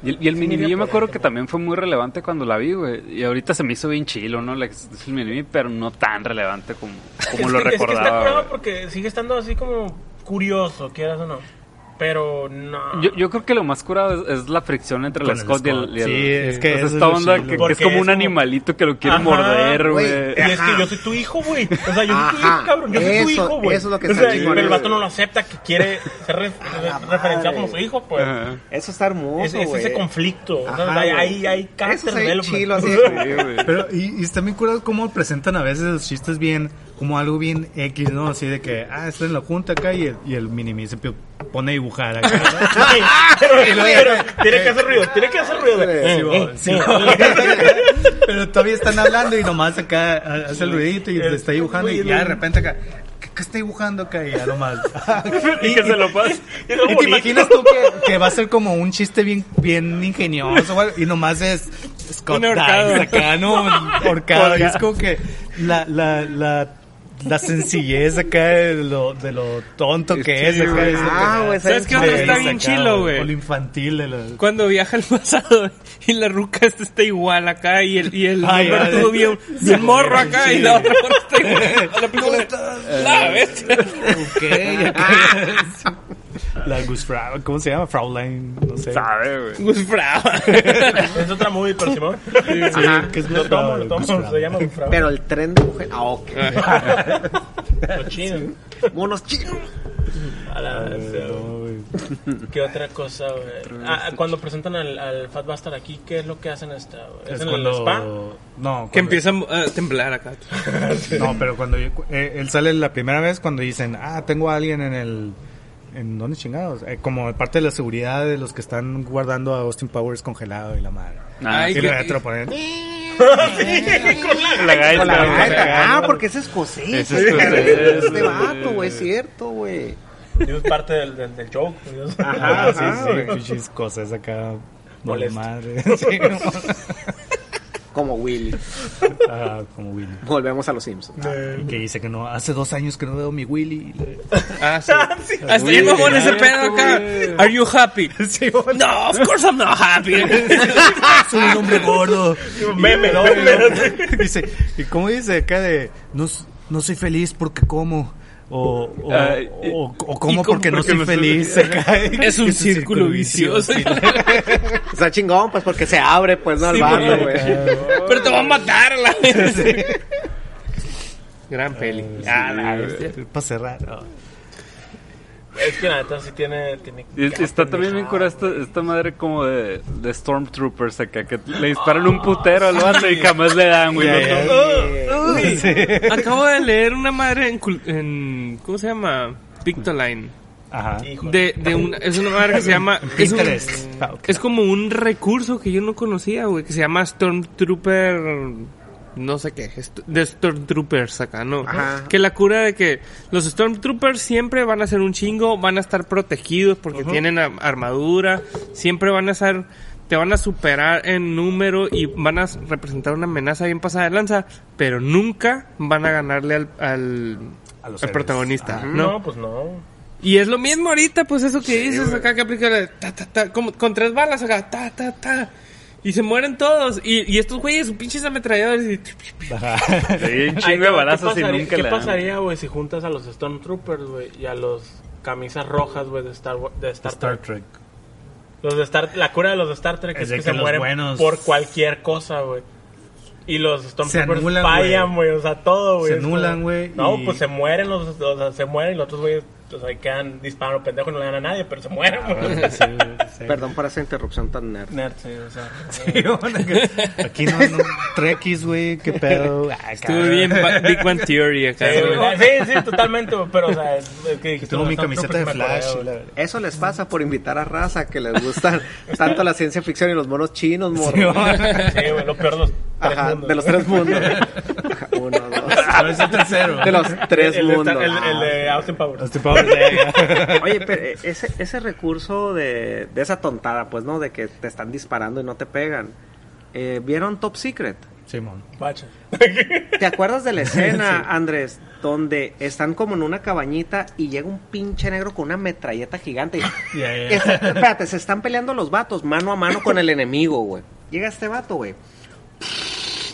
Speaker 1: Y el, y el mini yo me acuerdo que también fue muy relevante cuando la vi, güey. Y ahorita se me hizo bien chilo, ¿no? La- Es el mini pero no tan relevante como, como lo
Speaker 5: Es que- es que está
Speaker 1: recordaba.
Speaker 5: curado
Speaker 1: güey.
Speaker 5: porque sigue estando así como curioso, quieras o no. Pero no.
Speaker 1: Yo, yo creo que lo más curado es, es la fricción entre
Speaker 4: Con
Speaker 1: el
Speaker 4: el
Speaker 1: Scott, y el.
Speaker 4: Scott.
Speaker 1: y el-
Speaker 4: Sí, es que
Speaker 1: o sea,
Speaker 4: eso es
Speaker 1: esta
Speaker 4: lo
Speaker 1: onda
Speaker 4: chido.
Speaker 1: que, que es
Speaker 5: Porque
Speaker 1: como un
Speaker 5: es como-
Speaker 1: animalito que lo quiere
Speaker 5: Ajá,
Speaker 1: morder,
Speaker 3: güey.
Speaker 5: Y
Speaker 1: güey.
Speaker 5: es que
Speaker 3: Ajá.
Speaker 5: yo soy tu hijo, güey. O sea, yo soy tu
Speaker 3: Ajá.
Speaker 5: hijo, cabrón. Yo soy tu
Speaker 3: Eso-
Speaker 5: hijo, güey.
Speaker 3: eso es lo que
Speaker 5: O
Speaker 3: está
Speaker 5: sea,
Speaker 3: chingón,
Speaker 5: Pero el
Speaker 3: güey.
Speaker 5: vato no lo acepta, que quiere ser re-
Speaker 3: la
Speaker 5: re- referenciado como su
Speaker 3: madre.
Speaker 5: hijo, pues.
Speaker 1: Ajá.
Speaker 3: Eso está
Speaker 5: Es,
Speaker 3: hermoso,
Speaker 5: es
Speaker 3: güey.
Speaker 5: ese conflicto. o sea,
Speaker 3: Ajá,
Speaker 5: hay,
Speaker 3: güey.
Speaker 5: hay, hay
Speaker 3: Eso
Speaker 5: character
Speaker 3: está bien
Speaker 5: development.
Speaker 3: chilo, así
Speaker 1: Sí,
Speaker 3: de-
Speaker 1: güey.
Speaker 4: Pero, y, y está bien curado cómo presentan a veces los chistes bien, como algo bien X, ¿no? Así de que, ah, está en la junta acá y el, y el minimi se pi- pone a dibujar acá. ¿no?
Speaker 5: Sí, pero, pero tiene que hacer ruido, tiene que hacer ruido.
Speaker 4: Sí,
Speaker 5: de-
Speaker 4: bo- sí, bo- oh, Pero todavía están hablando y nomás acá ah, hace el ruidito y le está dibujando y ya de repente acá, ¿qué, qué está dibujando acá? Y ya nomás.
Speaker 1: Y que se lo pase.
Speaker 5: Es lo
Speaker 4: Y te
Speaker 5: bonito.
Speaker 4: imaginas tú que, que va a ser como un chiste bien, bien ingenioso güey, y nomás es Scott
Speaker 2: Un ahorcado.
Speaker 4: Dice acá, ¿no? Un Ahorcado. Y es como que la, la, la, la sencillez acá de lo, de lo tonto que es. Acá, es lo que-
Speaker 3: Ah, güey,
Speaker 2: ¿Sabes
Speaker 3: está
Speaker 2: qué
Speaker 3: bien
Speaker 2: onda? Está
Speaker 4: es
Speaker 2: bien
Speaker 4: acá,
Speaker 2: chilo,
Speaker 4: O lo
Speaker 2: güey.
Speaker 4: infantil de los...
Speaker 2: Cuando viaja al pasado y la ruca esta está igual acá y el, y el
Speaker 4: Ay,
Speaker 2: hombre
Speaker 4: ay.
Speaker 2: tuvo bien, bien morro acá y la otra morra está igual. La, película- la bestia.
Speaker 4: Ok, acá. La Gus Fra- ¿cómo se llama? Fraulein, no sé.
Speaker 1: Sabe, güey.
Speaker 2: Gus Fraba.
Speaker 5: Es otra movie, pero Simón.
Speaker 4: Ajá. ¿Qué es
Speaker 5: Lo
Speaker 4: Gus
Speaker 5: tomo,
Speaker 4: Fra-
Speaker 5: lo
Speaker 4: Gus
Speaker 5: tomo.
Speaker 4: Fra-
Speaker 5: Se llama Gufraba.
Speaker 3: Pero el tren de mujer. Ah, ok.
Speaker 5: Lo chido.
Speaker 3: Monos chinos.
Speaker 5: A la vez,
Speaker 4: No, güey.
Speaker 5: ¿Qué otra cosa, güey? Ah, cuando presentan al, al Fat Bastard aquí, ¿qué es lo que hacen esta? güey? ¿Es,
Speaker 4: Es
Speaker 5: en
Speaker 4: cuando...
Speaker 5: el spa?
Speaker 4: No,
Speaker 2: Que
Speaker 4: cuando-
Speaker 2: empiezan a temblar acá.
Speaker 4: No, pero cuando yo- eh, él sale la primera vez cuando dicen, ah, tengo a alguien en el... ¿En dónde chingados? Eh, como parte de la seguridad de los que están guardando a Austin Powers congelado y la madre.
Speaker 1: Ah,
Speaker 2: Ay,
Speaker 4: y
Speaker 2: que-
Speaker 4: luego ya te lo ponen.
Speaker 1: la gaita,
Speaker 3: Con la
Speaker 1: güey.
Speaker 3: gaita. Ah, porque es escocés.
Speaker 1: Es escocés,
Speaker 3: Este
Speaker 1: güey.
Speaker 3: vato, güey, es cierto, güey.
Speaker 5: Digo, Es parte del, del, del joke. Dios.
Speaker 4: Ah, sí,
Speaker 3: Ajá,
Speaker 4: sí,
Speaker 3: güey.
Speaker 4: pinches cosas acá. Vale
Speaker 5: Molesto.
Speaker 4: madre. Sí,
Speaker 3: Como Willy.
Speaker 4: ah, como Willy.
Speaker 3: Volvemos a los Simpsons.
Speaker 4: Y que dice que no, hace dos años que no veo mi Willy.
Speaker 2: Ah, sí. Hasta
Speaker 1: Güey,
Speaker 2: yo me pone ese
Speaker 1: qué
Speaker 2: pedo acá.
Speaker 1: güey.
Speaker 2: Are you happy? No, of course I'm not happy.
Speaker 4: Soy un hombre gordo.
Speaker 5: Meme, ¿no?
Speaker 4: dice, ¿y cómo dice acá de no, s- no soy feliz porque como? O, o,
Speaker 1: Ah, y-
Speaker 4: o- o
Speaker 2: y
Speaker 4: como
Speaker 2: como
Speaker 4: porque no
Speaker 1: porque
Speaker 4: soy
Speaker 1: no soy
Speaker 4: feliz.
Speaker 1: feliz.
Speaker 4: acá.
Speaker 2: Es un círculo vicioso.
Speaker 3: Está chingón, pues porque se abre, pues, ¿no? El
Speaker 2: Sí,
Speaker 3: vato,
Speaker 2: porque-
Speaker 3: güey.
Speaker 2: Pero te va a matar a la Gran peli. Ah, la bestia.
Speaker 4: Para cerrar. ah.
Speaker 5: Es que la neta sí tiene. tiene
Speaker 1: Y es- Está también bien curada esta, esta madre como de, de Stormtroopers acá, que le disparan un putero al vato y jamás le dan, güey.
Speaker 4: Ya,
Speaker 1: ¿no?
Speaker 4: ya.
Speaker 2: Oh, Uy,
Speaker 4: Sí.
Speaker 2: Acabo de leer una madre en, cul- en- ¿cómo se llama? Pictoline.
Speaker 4: Ajá.
Speaker 5: Hijo.
Speaker 2: De, de una, es una madre que se llama es, un-
Speaker 4: Pinterest. Ah, ok.
Speaker 2: es como un recurso que yo no conocía, güey, que se llama Stormtrooper no sé qué, est- de Stormtroopers acá, ¿no?
Speaker 3: Ajá.
Speaker 2: Que la cura de que los Stormtroopers siempre van a ser un chingo, van a estar protegidos porque tienen a- armadura, siempre van a ser te van a superar en número y van a s- representar una amenaza bien pasada de lanza, pero nunca van a ganarle al, al,
Speaker 4: A los
Speaker 2: al
Speaker 4: héroes.
Speaker 2: protagonista,
Speaker 4: Ajá.
Speaker 2: ¿no?
Speaker 5: No, pues no.
Speaker 2: Y es lo mismo ahorita, pues eso que dices acá que aplica la- ta, ta, ta, como con tres balas acá, ta, ta, ta. Y se mueren todos. Y, y estos güeyes, pinches ametralladores. Y,
Speaker 4: Ajá.
Speaker 1: Sí, un
Speaker 5: Ay,
Speaker 1: chingo de
Speaker 5: pero,
Speaker 1: balazos
Speaker 5: ¿Qué
Speaker 1: y
Speaker 5: pasaría,
Speaker 1: nunca
Speaker 5: ¿qué
Speaker 1: le dan.
Speaker 5: pasaría, güey, si juntas a los Stormtroopers, güey, y a los camisas rojas, güey, de Star, Wa- de Star,
Speaker 4: Star
Speaker 5: Trek?
Speaker 4: Trek.
Speaker 5: Los de Star, la cura de los de Star Trek es,
Speaker 4: Es de
Speaker 5: que,
Speaker 4: que
Speaker 5: se
Speaker 4: los
Speaker 5: mueren
Speaker 4: buenos-
Speaker 5: por cualquier cosa, güey. Y los Stormtroopers
Speaker 4: anulan,
Speaker 5: fallan, güey, o sea, todo, güey.
Speaker 4: Se
Speaker 5: Es como-
Speaker 4: anulan, güey,
Speaker 5: No,
Speaker 4: y-
Speaker 5: pues se mueren los, o sea, se mueren y los otros güeyes, o sea, quedan disparando pendejos y no le dan a nadie, pero se mueren, güey.
Speaker 4: Ah,
Speaker 3: Perdón por esa interrupción tan nerd.
Speaker 5: Nerd, sí, o sea. eh,
Speaker 4: Aquí no, no. Trekkies, güey. Qué pedo. Ah,
Speaker 2: estuve
Speaker 4: cabrón.
Speaker 2: bien pa- Big Bang Theory acá.
Speaker 5: Sí,
Speaker 2: güey.
Speaker 5: güey, sí, sí, totalmente, güey, pero, o sea, es es que dijiste
Speaker 4: Tengo
Speaker 5: los
Speaker 4: mi camiseta de
Speaker 5: Stormtroopers y me acordé,
Speaker 4: Flash. y
Speaker 5: güey.
Speaker 4: la-
Speaker 3: Eso les pasa por invitar a raza que les gustan tanto la ciencia ficción y los monos chinos, morro.
Speaker 5: Sí, güey, lo peor de los tres
Speaker 3: Ajá,
Speaker 5: mundos,
Speaker 3: de los
Speaker 5: güey.
Speaker 3: tres mundos. Ajá, Uno, dos.
Speaker 4: ¿Cuál es el tercero?
Speaker 3: De los tres
Speaker 5: el, de
Speaker 3: mundos.
Speaker 5: Star- el- el de Austin Powers.
Speaker 4: Austin Powers.
Speaker 3: Oye, pero eh, ese, ese recurso de, de esa tontada, pues, ¿no? De que te están disparando y no te pegan. Eh, ¿Vieron Top Secret?
Speaker 4: Simón.
Speaker 5: Bacha.
Speaker 3: ¿Te acuerdas de la escena, Andrés, donde están como en una cabañita y llega un pinche negro con una metralleta gigante? y-
Speaker 4: Ya, ya.
Speaker 3: Es- espérate, se están peleando los vatos mano a mano con el enemigo, güey. Llega este vato, güey.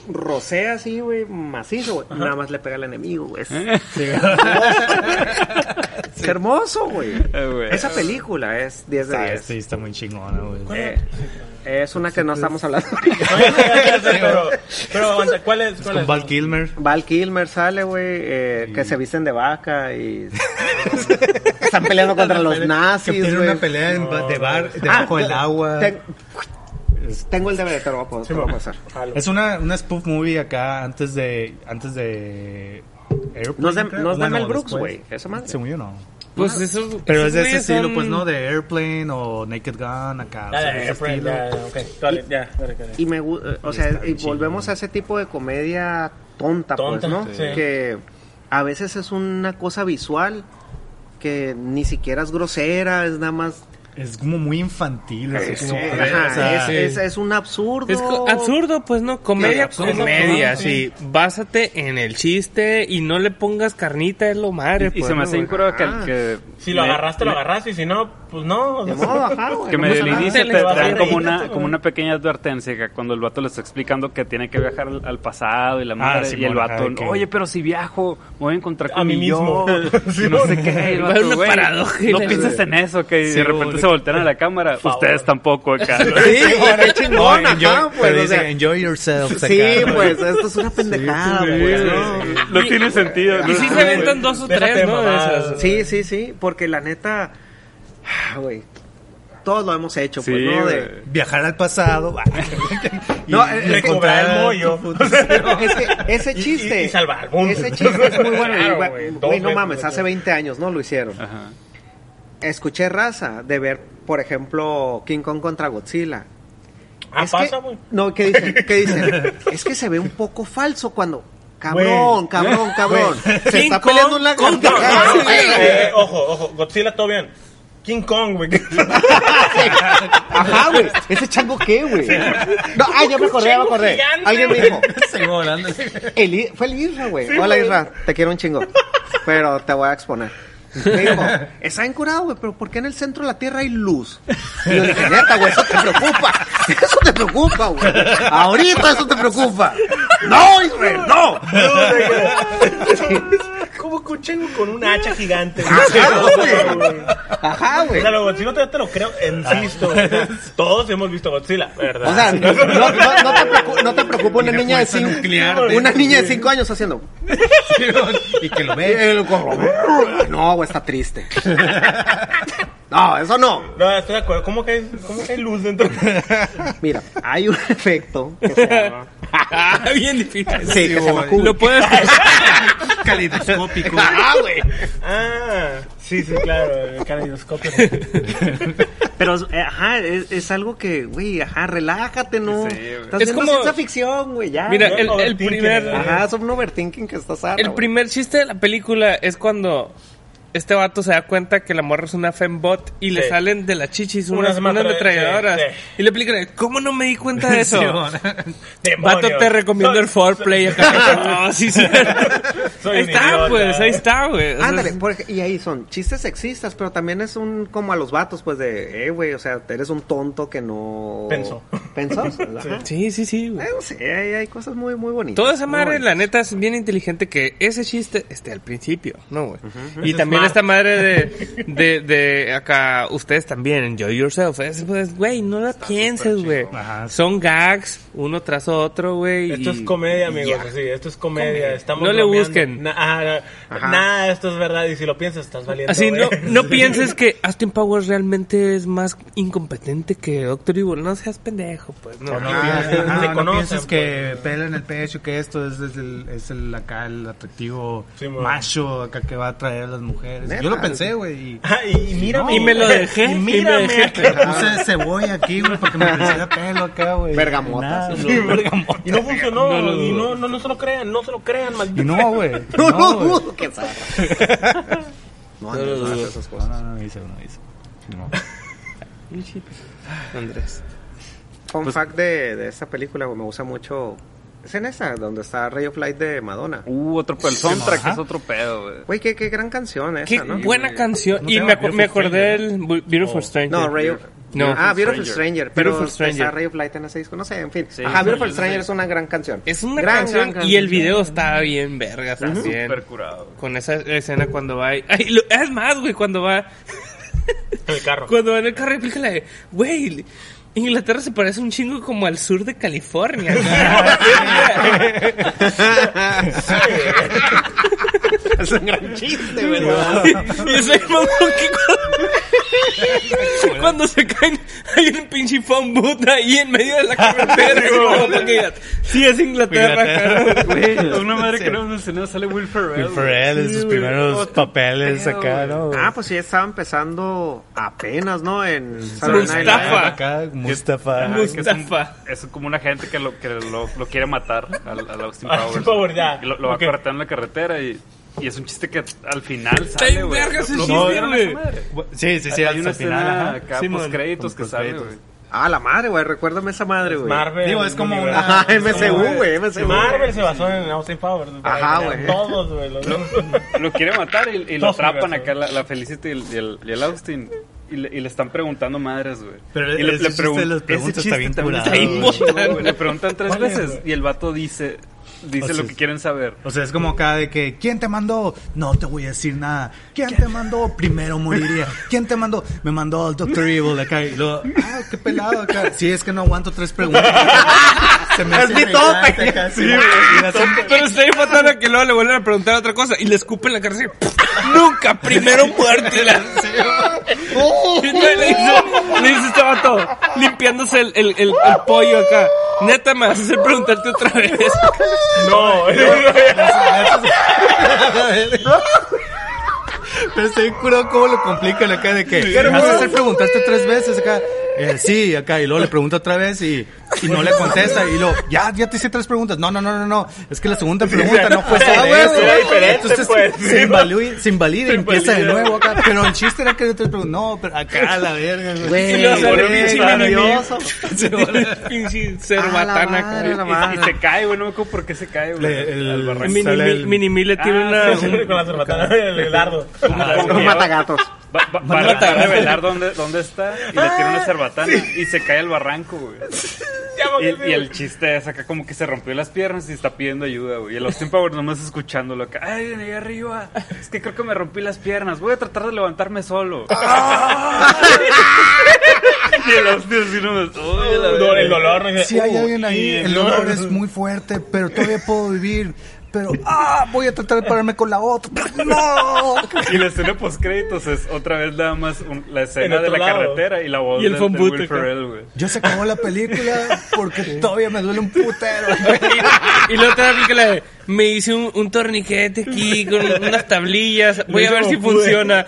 Speaker 3: Rocea así, güey, macizo, güey. Nada más le pega al enemigo, güey. Es es hermoso, güey.
Speaker 1: Eh, güey.
Speaker 3: Esa película es 10 de
Speaker 4: Ah, Sí,
Speaker 3: 10.
Speaker 4: sí, está muy chingona, güey.
Speaker 3: Eh, es una que no estamos hablando.
Speaker 5: pero, pero aguanta, ¿cuál es?
Speaker 4: Es
Speaker 5: cuál
Speaker 4: con
Speaker 5: es?
Speaker 4: Val Kilmer.
Speaker 3: Val Kilmer sale, güey, eh, que se visten de vaca y están peleando contra los
Speaker 4: Que
Speaker 3: nazis,
Speaker 4: tiene
Speaker 3: güey.
Speaker 4: una pelea en ba- de bar
Speaker 3: Ah,
Speaker 4: debajo del agua.
Speaker 3: ten- tengo el DVD, pero voy a, te lo voy a pasar.
Speaker 5: Jalo.
Speaker 4: Es una, una spoof movie acá antes de antes de Airplane.
Speaker 3: No es de-
Speaker 4: creo.
Speaker 3: no es de
Speaker 4: Bueno,
Speaker 3: Mel Brooks,
Speaker 4: después.
Speaker 3: güey, esa madre.
Speaker 4: Según yo no.
Speaker 2: Pues eso.
Speaker 4: Pero es de ese
Speaker 2: güeyes
Speaker 4: estilo,
Speaker 2: son-
Speaker 4: pues no, de Airplane o Naked Gun acá. o sea,
Speaker 5: Ah, ya,
Speaker 4: de
Speaker 5: ya,
Speaker 4: ese estilo.
Speaker 5: ya, ya, ok. Dale, ya, dale, dale.
Speaker 3: Y me gu- eh, o sea, y volvemos a ese tipo de comedia tonta,
Speaker 5: Tonta,
Speaker 3: pues, ¿no?
Speaker 5: sí.
Speaker 3: Que a veces es una cosa visual que ni siquiera es grosera, es nada más
Speaker 4: Es como muy infantil. así
Speaker 3: Sí,
Speaker 4: como-
Speaker 3: ajá,
Speaker 4: o sea,
Speaker 3: es, es- es un absurdo.
Speaker 2: Es co- absurdo, pues no, comedia,
Speaker 3: Sí, absurdo,
Speaker 2: comedia,
Speaker 3: ¿no?
Speaker 2: sí. Básate en el chiste y no le pongas carnita, es lo madre.
Speaker 1: Y
Speaker 2: pues,
Speaker 1: se me
Speaker 2: ¿no,
Speaker 1: hace
Speaker 2: güey?
Speaker 1: incurado que,
Speaker 3: Ah.
Speaker 1: que...
Speaker 5: Si lo
Speaker 1: me-
Speaker 5: agarraste, lo agarraste. Y si no, pues no. o
Speaker 3: De
Speaker 5: sea,
Speaker 3: modo, ajá, güey,
Speaker 1: Que
Speaker 3: no
Speaker 1: me
Speaker 3: pasa
Speaker 1: del
Speaker 3: nada.
Speaker 1: inicio
Speaker 2: pues, ah, Te
Speaker 1: te
Speaker 2: le vas a
Speaker 1: dan
Speaker 2: reír,
Speaker 1: como una,
Speaker 5: güey.
Speaker 1: como una pequeña advertencia que cuando el vato les está explicando que tiene que viajar al, al pasado y la madre y el
Speaker 4: Simón, ajá,
Speaker 1: vato,
Speaker 4: de que-
Speaker 1: oye, pero si viajo me voy a encontrar
Speaker 5: A
Speaker 1: con
Speaker 5: mí
Speaker 1: mi yo",
Speaker 5: mismo. Sí,
Speaker 1: y no sé
Speaker 5: güey.
Speaker 1: qué, y el
Speaker 2: Va a
Speaker 1: vato,
Speaker 2: haber una
Speaker 1: "Güey,
Speaker 2: paradoja y
Speaker 1: No
Speaker 2: la-
Speaker 1: pienses en eso, que
Speaker 2: Sí,
Speaker 1: de repente
Speaker 2: güey.
Speaker 1: se voltean a la cámara, ustedes tampoco acá.
Speaker 3: Sí, güey, chingón,
Speaker 4: No, enjoy,
Speaker 3: ajá,
Speaker 4: pero
Speaker 3: pues, o
Speaker 4: dice,
Speaker 3: sea,
Speaker 4: enjoy yourself.
Speaker 3: Sí, pues, esto es una pendejada, pues, ¿no?
Speaker 1: No tiene sentido. ¿no?
Speaker 2: Y sí se
Speaker 1: Güey.
Speaker 2: aventan dos o
Speaker 5: Déjate
Speaker 2: tres, ¿no? De
Speaker 5: mamadas.
Speaker 2: esas.
Speaker 3: Sí, sí, sí, porque la neta, ah, güey, todos lo hemos hecho, pues,
Speaker 1: Sí,
Speaker 3: ¿no? De-
Speaker 1: güey.
Speaker 4: Viajar al pasado.
Speaker 3: No,
Speaker 4: eh,
Speaker 3: es que-
Speaker 5: Recobrar el mollo.
Speaker 3: Es que ese
Speaker 5: Y-
Speaker 3: chiste.
Speaker 5: y- y salvar al mundo.
Speaker 3: Ese chiste es muy bueno. y,
Speaker 5: Claro,
Speaker 3: güey,
Speaker 5: güey,
Speaker 3: güey,
Speaker 5: dos
Speaker 3: no mames,
Speaker 5: veces,
Speaker 3: hace
Speaker 5: güey.
Speaker 3: 20 años no lo hicieron.
Speaker 1: Ajá.
Speaker 3: Escuché raza de ver, por ejemplo, King Kong contra Godzilla.
Speaker 5: Ah,
Speaker 3: Es que-
Speaker 5: pasa, güey.
Speaker 3: No, ¿qué dicen? ¿Qué dicen? es que se ve un poco falso cuando. Cabrón,
Speaker 5: Güey.
Speaker 3: cabrón, cabrón. Se
Speaker 2: King
Speaker 3: está
Speaker 2: Kong
Speaker 3: peleando un
Speaker 2: contra
Speaker 3: lagarto.
Speaker 5: No, no,
Speaker 2: Godzilla.
Speaker 3: Sí, güey.
Speaker 5: eh, eh, Ojo, ojo. Godzilla, todo bien. King Kong, güey.
Speaker 3: Ajá, güey. ¿Ese chango qué, güey? No, ah, ya me acordé, ya me
Speaker 5: chango
Speaker 3: acordé.
Speaker 5: gigante,
Speaker 3: Alguien me dijo,
Speaker 4: Sigo volando.
Speaker 3: El I- fue el Isra, güey. Hola, Isra. Te quiero un chingo. Pero te voy a exponer. Me dijo, está encurado, güey, pero ¿por qué en el centro de la Tierra hay luz? Y yo le dije, neta, güey, eso te preocupa. Eso te preocupa, güey. Ahorita eso te preocupa. No, Israel, no.
Speaker 5: Como cuchengo con un hacha gigante.
Speaker 3: Ah, Claro, güey.
Speaker 5: güey.
Speaker 3: Ajá, güey.
Speaker 5: O sea, lo Godzilla todavía te lo creo, insisto. o sea, Todos hemos visto Godzilla, ¿verdad?
Speaker 3: O sea, no, no- no te, preocu- no te preocupa una niña de cinco una niña de cinco años haciendo.
Speaker 4: Y que lo
Speaker 3: Y
Speaker 4: ve.
Speaker 3: el gorro, No, güey, está triste. No, eso no.
Speaker 5: No, estoy de acuerdo. ¿Cómo que hay, cómo que hay luz dentro?
Speaker 3: Mira, hay un efecto que se llama.
Speaker 2: Ah, bien difícil.
Speaker 3: Sí, que se llama Kubrick.
Speaker 2: Lo puedes.
Speaker 4: Calidoscópico.
Speaker 3: Ah, güey.
Speaker 5: Ah, sí, sí, claro. El caleidoscopio.
Speaker 3: Pero, eh, ajá, es, es algo que, güey, ajá, relájate, ¿no?
Speaker 1: Sí, güey.
Speaker 3: Estás
Speaker 2: Es
Speaker 3: viendo
Speaker 2: como-
Speaker 3: ciencia ficción, güey, ya.
Speaker 2: Mira,
Speaker 3: Ah, ¿no?
Speaker 2: el, el
Speaker 5: Overthinking,
Speaker 2: primer.
Speaker 5: ¿verdad?
Speaker 3: Ajá, es un overthinking que estás harta,
Speaker 2: El
Speaker 3: güey.
Speaker 2: primer chiste de la película es cuando este vato se da cuenta que la morra es una fembot y le
Speaker 5: Sí.
Speaker 2: salen de las chichis
Speaker 5: Unas
Speaker 2: unas, unas
Speaker 5: matra-
Speaker 2: ametralladoras.
Speaker 5: sí, sí.
Speaker 2: Y le aplican, ¿cómo no me di cuenta de eso?
Speaker 5: Demonios.
Speaker 2: Vato, te recomiendo el foreplay. acá. No, sí, sí.
Speaker 5: Soy
Speaker 2: ahí
Speaker 5: un
Speaker 2: está,
Speaker 5: idiota.
Speaker 2: pues, ahí está, güey. O sea,
Speaker 3: Ándale,
Speaker 2: es-
Speaker 3: por ej- y ahí son chistes sexistas, pero también es un como a los vatos, pues de, eh, güey, o sea, eres un tonto que no.
Speaker 5: Pensó.
Speaker 3: Pensó, ajá.
Speaker 2: Sí, sí, sí,
Speaker 3: Eh,
Speaker 2: güey.
Speaker 3: no sé, hay, hay cosas muy, muy bonitas.
Speaker 2: Toda esa
Speaker 3: muy
Speaker 2: madre,
Speaker 3: bonitas.
Speaker 2: la neta, es bien inteligente que ese chiste esté al principio, ¿no, güey? Y
Speaker 5: Es
Speaker 2: también
Speaker 5: smart.
Speaker 2: esta madre de, de, de acá, ustedes también, enjoy yourself. Es, pues, güey, no la pienses, güey.
Speaker 4: Ajá.
Speaker 2: Son gags, uno tras otro, güey.
Speaker 5: Esto es
Speaker 2: y-
Speaker 5: comedia,
Speaker 2: y
Speaker 5: amigos.
Speaker 2: ya.
Speaker 5: Sí, esto es comedia. Estamos
Speaker 2: No le
Speaker 5: bromeando.
Speaker 2: busquen.
Speaker 5: Na- ah,
Speaker 3: Ajá.
Speaker 5: Nada, esto es verdad. Y si lo piensas, estás valiendo.
Speaker 2: Así, no,
Speaker 5: güey.
Speaker 2: no pienses que Austin Powers realmente es más incompetente que Doctor Evil. No seas pendejo, pues. No,
Speaker 4: No,
Speaker 5: Ajá,
Speaker 4: pienses-
Speaker 5: se
Speaker 4: ajá, no
Speaker 5: conocen,
Speaker 4: pienses que pela en el pecho, que esto es, es el, es el acá el atractivo
Speaker 5: Sí, mo.
Speaker 4: macho acá que va a atraer a las mujeres.
Speaker 3: Neta.
Speaker 4: Yo lo pensé, güey. y-
Speaker 5: Ah, y mírame.
Speaker 2: Y me lo dejé,
Speaker 5: Y
Speaker 2: y me
Speaker 5: mírame.
Speaker 2: dejé.
Speaker 5: acá.
Speaker 4: Le puse cebolla aquí, güey, porque me creciera pelo acá, güey.
Speaker 3: Bergamota,
Speaker 4: Nada,
Speaker 3: sí.
Speaker 4: güey.
Speaker 5: Y no funcionó.
Speaker 2: No lo
Speaker 5: y
Speaker 2: dudo.
Speaker 5: no, no, no se lo crean, no se lo crean, maldito.
Speaker 4: Y no, güey.
Speaker 3: No, no,
Speaker 4: güey.
Speaker 3: dudo que salga. No, no, no, hagas esas
Speaker 4: No,
Speaker 3: cosas.
Speaker 4: no, no hice, no hice. No.
Speaker 2: Andrés.
Speaker 3: Fun fact de, de esta película, güey, me gusta mucho. Es en esa, donde está Ray of Light de Madonna.
Speaker 1: Uh, otro pedo. El soundtrack es otro pedo, güey.
Speaker 3: Güey, qué, qué gran canción esa,
Speaker 2: Qué
Speaker 3: ¿no?
Speaker 2: buena canción.
Speaker 4: No
Speaker 2: y
Speaker 4: se
Speaker 2: me,
Speaker 4: llama
Speaker 2: acu- me
Speaker 4: Beautiful
Speaker 2: acordé
Speaker 4: Stranger, Oh.
Speaker 2: del Bu- Beautiful Stranger.
Speaker 3: No, Ray of...
Speaker 2: No.
Speaker 3: ah, Beautiful
Speaker 1: Stranger.
Speaker 3: Stranger, pero
Speaker 2: Beautiful Stranger.
Speaker 3: está Ray of Light en ese disco, no sé, en fin.
Speaker 1: Sí.
Speaker 3: Ajá, Beautiful
Speaker 1: Sí.
Speaker 3: Stranger es una gran canción.
Speaker 2: Es una
Speaker 3: Gran,
Speaker 2: canción
Speaker 3: gran
Speaker 2: y el
Speaker 3: canción.
Speaker 2: video está bien vergas también.
Speaker 1: Super curado. güey.
Speaker 2: Con esa escena cuando va ahí- ay, lo- es más, güey, cuando va
Speaker 5: En el carro.
Speaker 2: cuando va en el carro y la de, güey, Inglaterra se parece un chingo como al sur de California.
Speaker 3: Es un gran chiste, güey.
Speaker 2: y es el mamón que cuando, cuando se caen hay un pinche phone booth ahí en medio de la carretera. y como para que digas, sí, es Inglaterra.
Speaker 4: Inglaterra.
Speaker 2: cabrón".
Speaker 1: Güey, es una madre que no hemos mencionado sale Will Ferrell. güey.
Speaker 4: Ferrell en sus
Speaker 1: Sí,
Speaker 4: primeros
Speaker 1: güey.
Speaker 4: papeles
Speaker 1: pedo,
Speaker 4: acá,
Speaker 1: güey.
Speaker 4: ¿no? güey?
Speaker 3: Ah, pues sí, estaba empezando apenas, ¿no? En Saturday Night Live.
Speaker 2: Mustafa.
Speaker 4: Acá, Mustafa.
Speaker 1: Ajá, que es un-
Speaker 2: Mustafa.
Speaker 1: Es, como una gente que lo, que lo, lo quiere matar al, al Austin
Speaker 5: Al
Speaker 1: Powers.
Speaker 5: Austin Powers, ya.
Speaker 1: Y Lo, lo va
Speaker 5: Ok.
Speaker 1: cortando en la carretera y Y es un chiste que al final
Speaker 2: Está
Speaker 1: sale,
Speaker 2: en
Speaker 1: güey.
Speaker 2: vergas ese
Speaker 1: ¿Lo-
Speaker 2: chiste,
Speaker 1: lo vieron
Speaker 2: güey.
Speaker 1: esa madre?
Speaker 4: Sí, sí,
Speaker 1: hay
Speaker 4: sí, hasta
Speaker 1: una
Speaker 4: el final.
Speaker 1: escena
Speaker 4: ajá.
Speaker 1: acá
Speaker 4: Sí, mon,
Speaker 1: créditos
Speaker 4: con
Speaker 1: que sale,
Speaker 4: postcréditos.
Speaker 1: güey.
Speaker 3: Ah, la madre, güey. Recuérdame esa madre, güey.
Speaker 5: Marvel.
Speaker 4: Digo, es como
Speaker 5: Universe.
Speaker 4: una-
Speaker 3: Ajá,
Speaker 4: Es
Speaker 3: MCU, güey. MCU.
Speaker 5: Marvel se basó en Austin Powers.
Speaker 3: Ajá,
Speaker 5: Para
Speaker 3: güey.
Speaker 5: Todos, güey. los-
Speaker 1: Lo quiere matar y, y lo
Speaker 5: Dos
Speaker 1: atrapan
Speaker 5: universos.
Speaker 1: acá la, la Felicity y el, y el- y el Austin. Y le, y le están preguntando madres, güey.
Speaker 4: Pero
Speaker 1: y le,
Speaker 4: ese chiste de las
Speaker 1: ese
Speaker 4: preguntas está
Speaker 1: chiste
Speaker 4: bien
Speaker 1: también
Speaker 4: curado,
Speaker 1: bien
Speaker 2: güey.
Speaker 1: chingón, güey. Le preguntan tres
Speaker 5: ¿Cuál es,
Speaker 1: veces
Speaker 5: güey?
Speaker 1: y el vato dice, dice
Speaker 4: O sea,
Speaker 1: lo que quieren saber.
Speaker 4: O sea, es como acá de que, ¿quién te mandó? No te voy a decir nada. ¿Quién te mandó? Primero moriría. ¿Quién te mandó? Me mandó el Dr. Evil acá. Y luego, ah, qué pelado acá. Sí, es que no aguanto tres preguntas. Se me
Speaker 3: Es
Speaker 4: hace
Speaker 3: mi
Speaker 4: irritante
Speaker 3: tope.
Speaker 4: acá, sí, güey. Y la hacen-
Speaker 2: Pero está bien fatal a que luego le vuelven a preguntar otra cosa y le escupen la cara así. Nunca, primero muerte. la- Y entonces le dice, le dice este vato, limpiándose el, el, el, el pollo acá. Neta, me vas a hacer preguntarte otra vez.
Speaker 5: No,
Speaker 4: Pero estoy curado cómo lo complican acá de que me vas a hacer preguntarte tres veces acá. Eh, sí, acá, y luego le pregunta otra vez y, y no le contesta. Y luego, ya, ya te hice tres preguntas. No, no, no, no, no. Es que la segunda pregunta no fue
Speaker 3: Ah,
Speaker 4: sobre
Speaker 3: güey,
Speaker 4: eso.
Speaker 3: era
Speaker 5: diferente,
Speaker 4: Entonces
Speaker 5: pues.
Speaker 4: se, invalui- se invalida y
Speaker 5: Se
Speaker 4: empieza de
Speaker 5: invalida.
Speaker 4: nuevo acá. Pero el chiste era que yo te pregunto, no, pero acá la verga,
Speaker 3: Güey,
Speaker 2: Sí, lo hace
Speaker 3: güey,
Speaker 2: el pinche
Speaker 3: está
Speaker 2: mini-me.
Speaker 3: nervioso.
Speaker 2: Pinche
Speaker 3: Ah, la
Speaker 2: cerbatana acá.
Speaker 3: madre, la
Speaker 1: Y, y
Speaker 3: madre.
Speaker 1: se cae, güey. No me acuerdo por qué se cae, güey.
Speaker 4: Le- el-
Speaker 1: al barranco.
Speaker 4: Mini-
Speaker 2: Mini,
Speaker 4: Pues Sale el-
Speaker 2: mini Mil le
Speaker 1: Ah,
Speaker 2: tiene una. un-
Speaker 5: con la cerbatana el dardo.
Speaker 3: Un matagatos.
Speaker 1: Va- va- para revelar dónde, dónde está y le tira una cerbatana y se cae al barranco, güey. Y, y el chiste es acá como que se rompió las piernas y está pidiendo ayuda, güey. Y el Austin Powers nomás escuchándolo acá. ¡Ay, viene ahí arriba! Es que creo que me rompí las piernas. Voy a tratar de levantarme solo. y el Austin así nomás... "Ay, la verga".
Speaker 5: El dolor. dice,
Speaker 4: Si hay
Speaker 5: "Uh,
Speaker 4: alguien ahí,
Speaker 5: sí,
Speaker 4: el
Speaker 5: no".
Speaker 4: dolor es muy fuerte, pero todavía puedo vivir. Pero, ah, voy a tratar de pararme con la otra. No.
Speaker 1: Y la escena postcréditos es otra vez nada más un- la
Speaker 5: En
Speaker 1: escena
Speaker 5: otro
Speaker 1: de la
Speaker 5: lado.
Speaker 1: carretera y la voz
Speaker 2: Y el
Speaker 1: de- de
Speaker 2: phoneboot
Speaker 1: Will
Speaker 2: acá.
Speaker 1: Ferrell, güey.
Speaker 4: Ya se acabó la película porque todavía me duele un putero.
Speaker 2: Y luego te aplica la de, me hice un, un torniquete aquí con unas tablillas, voy a ver si funciona.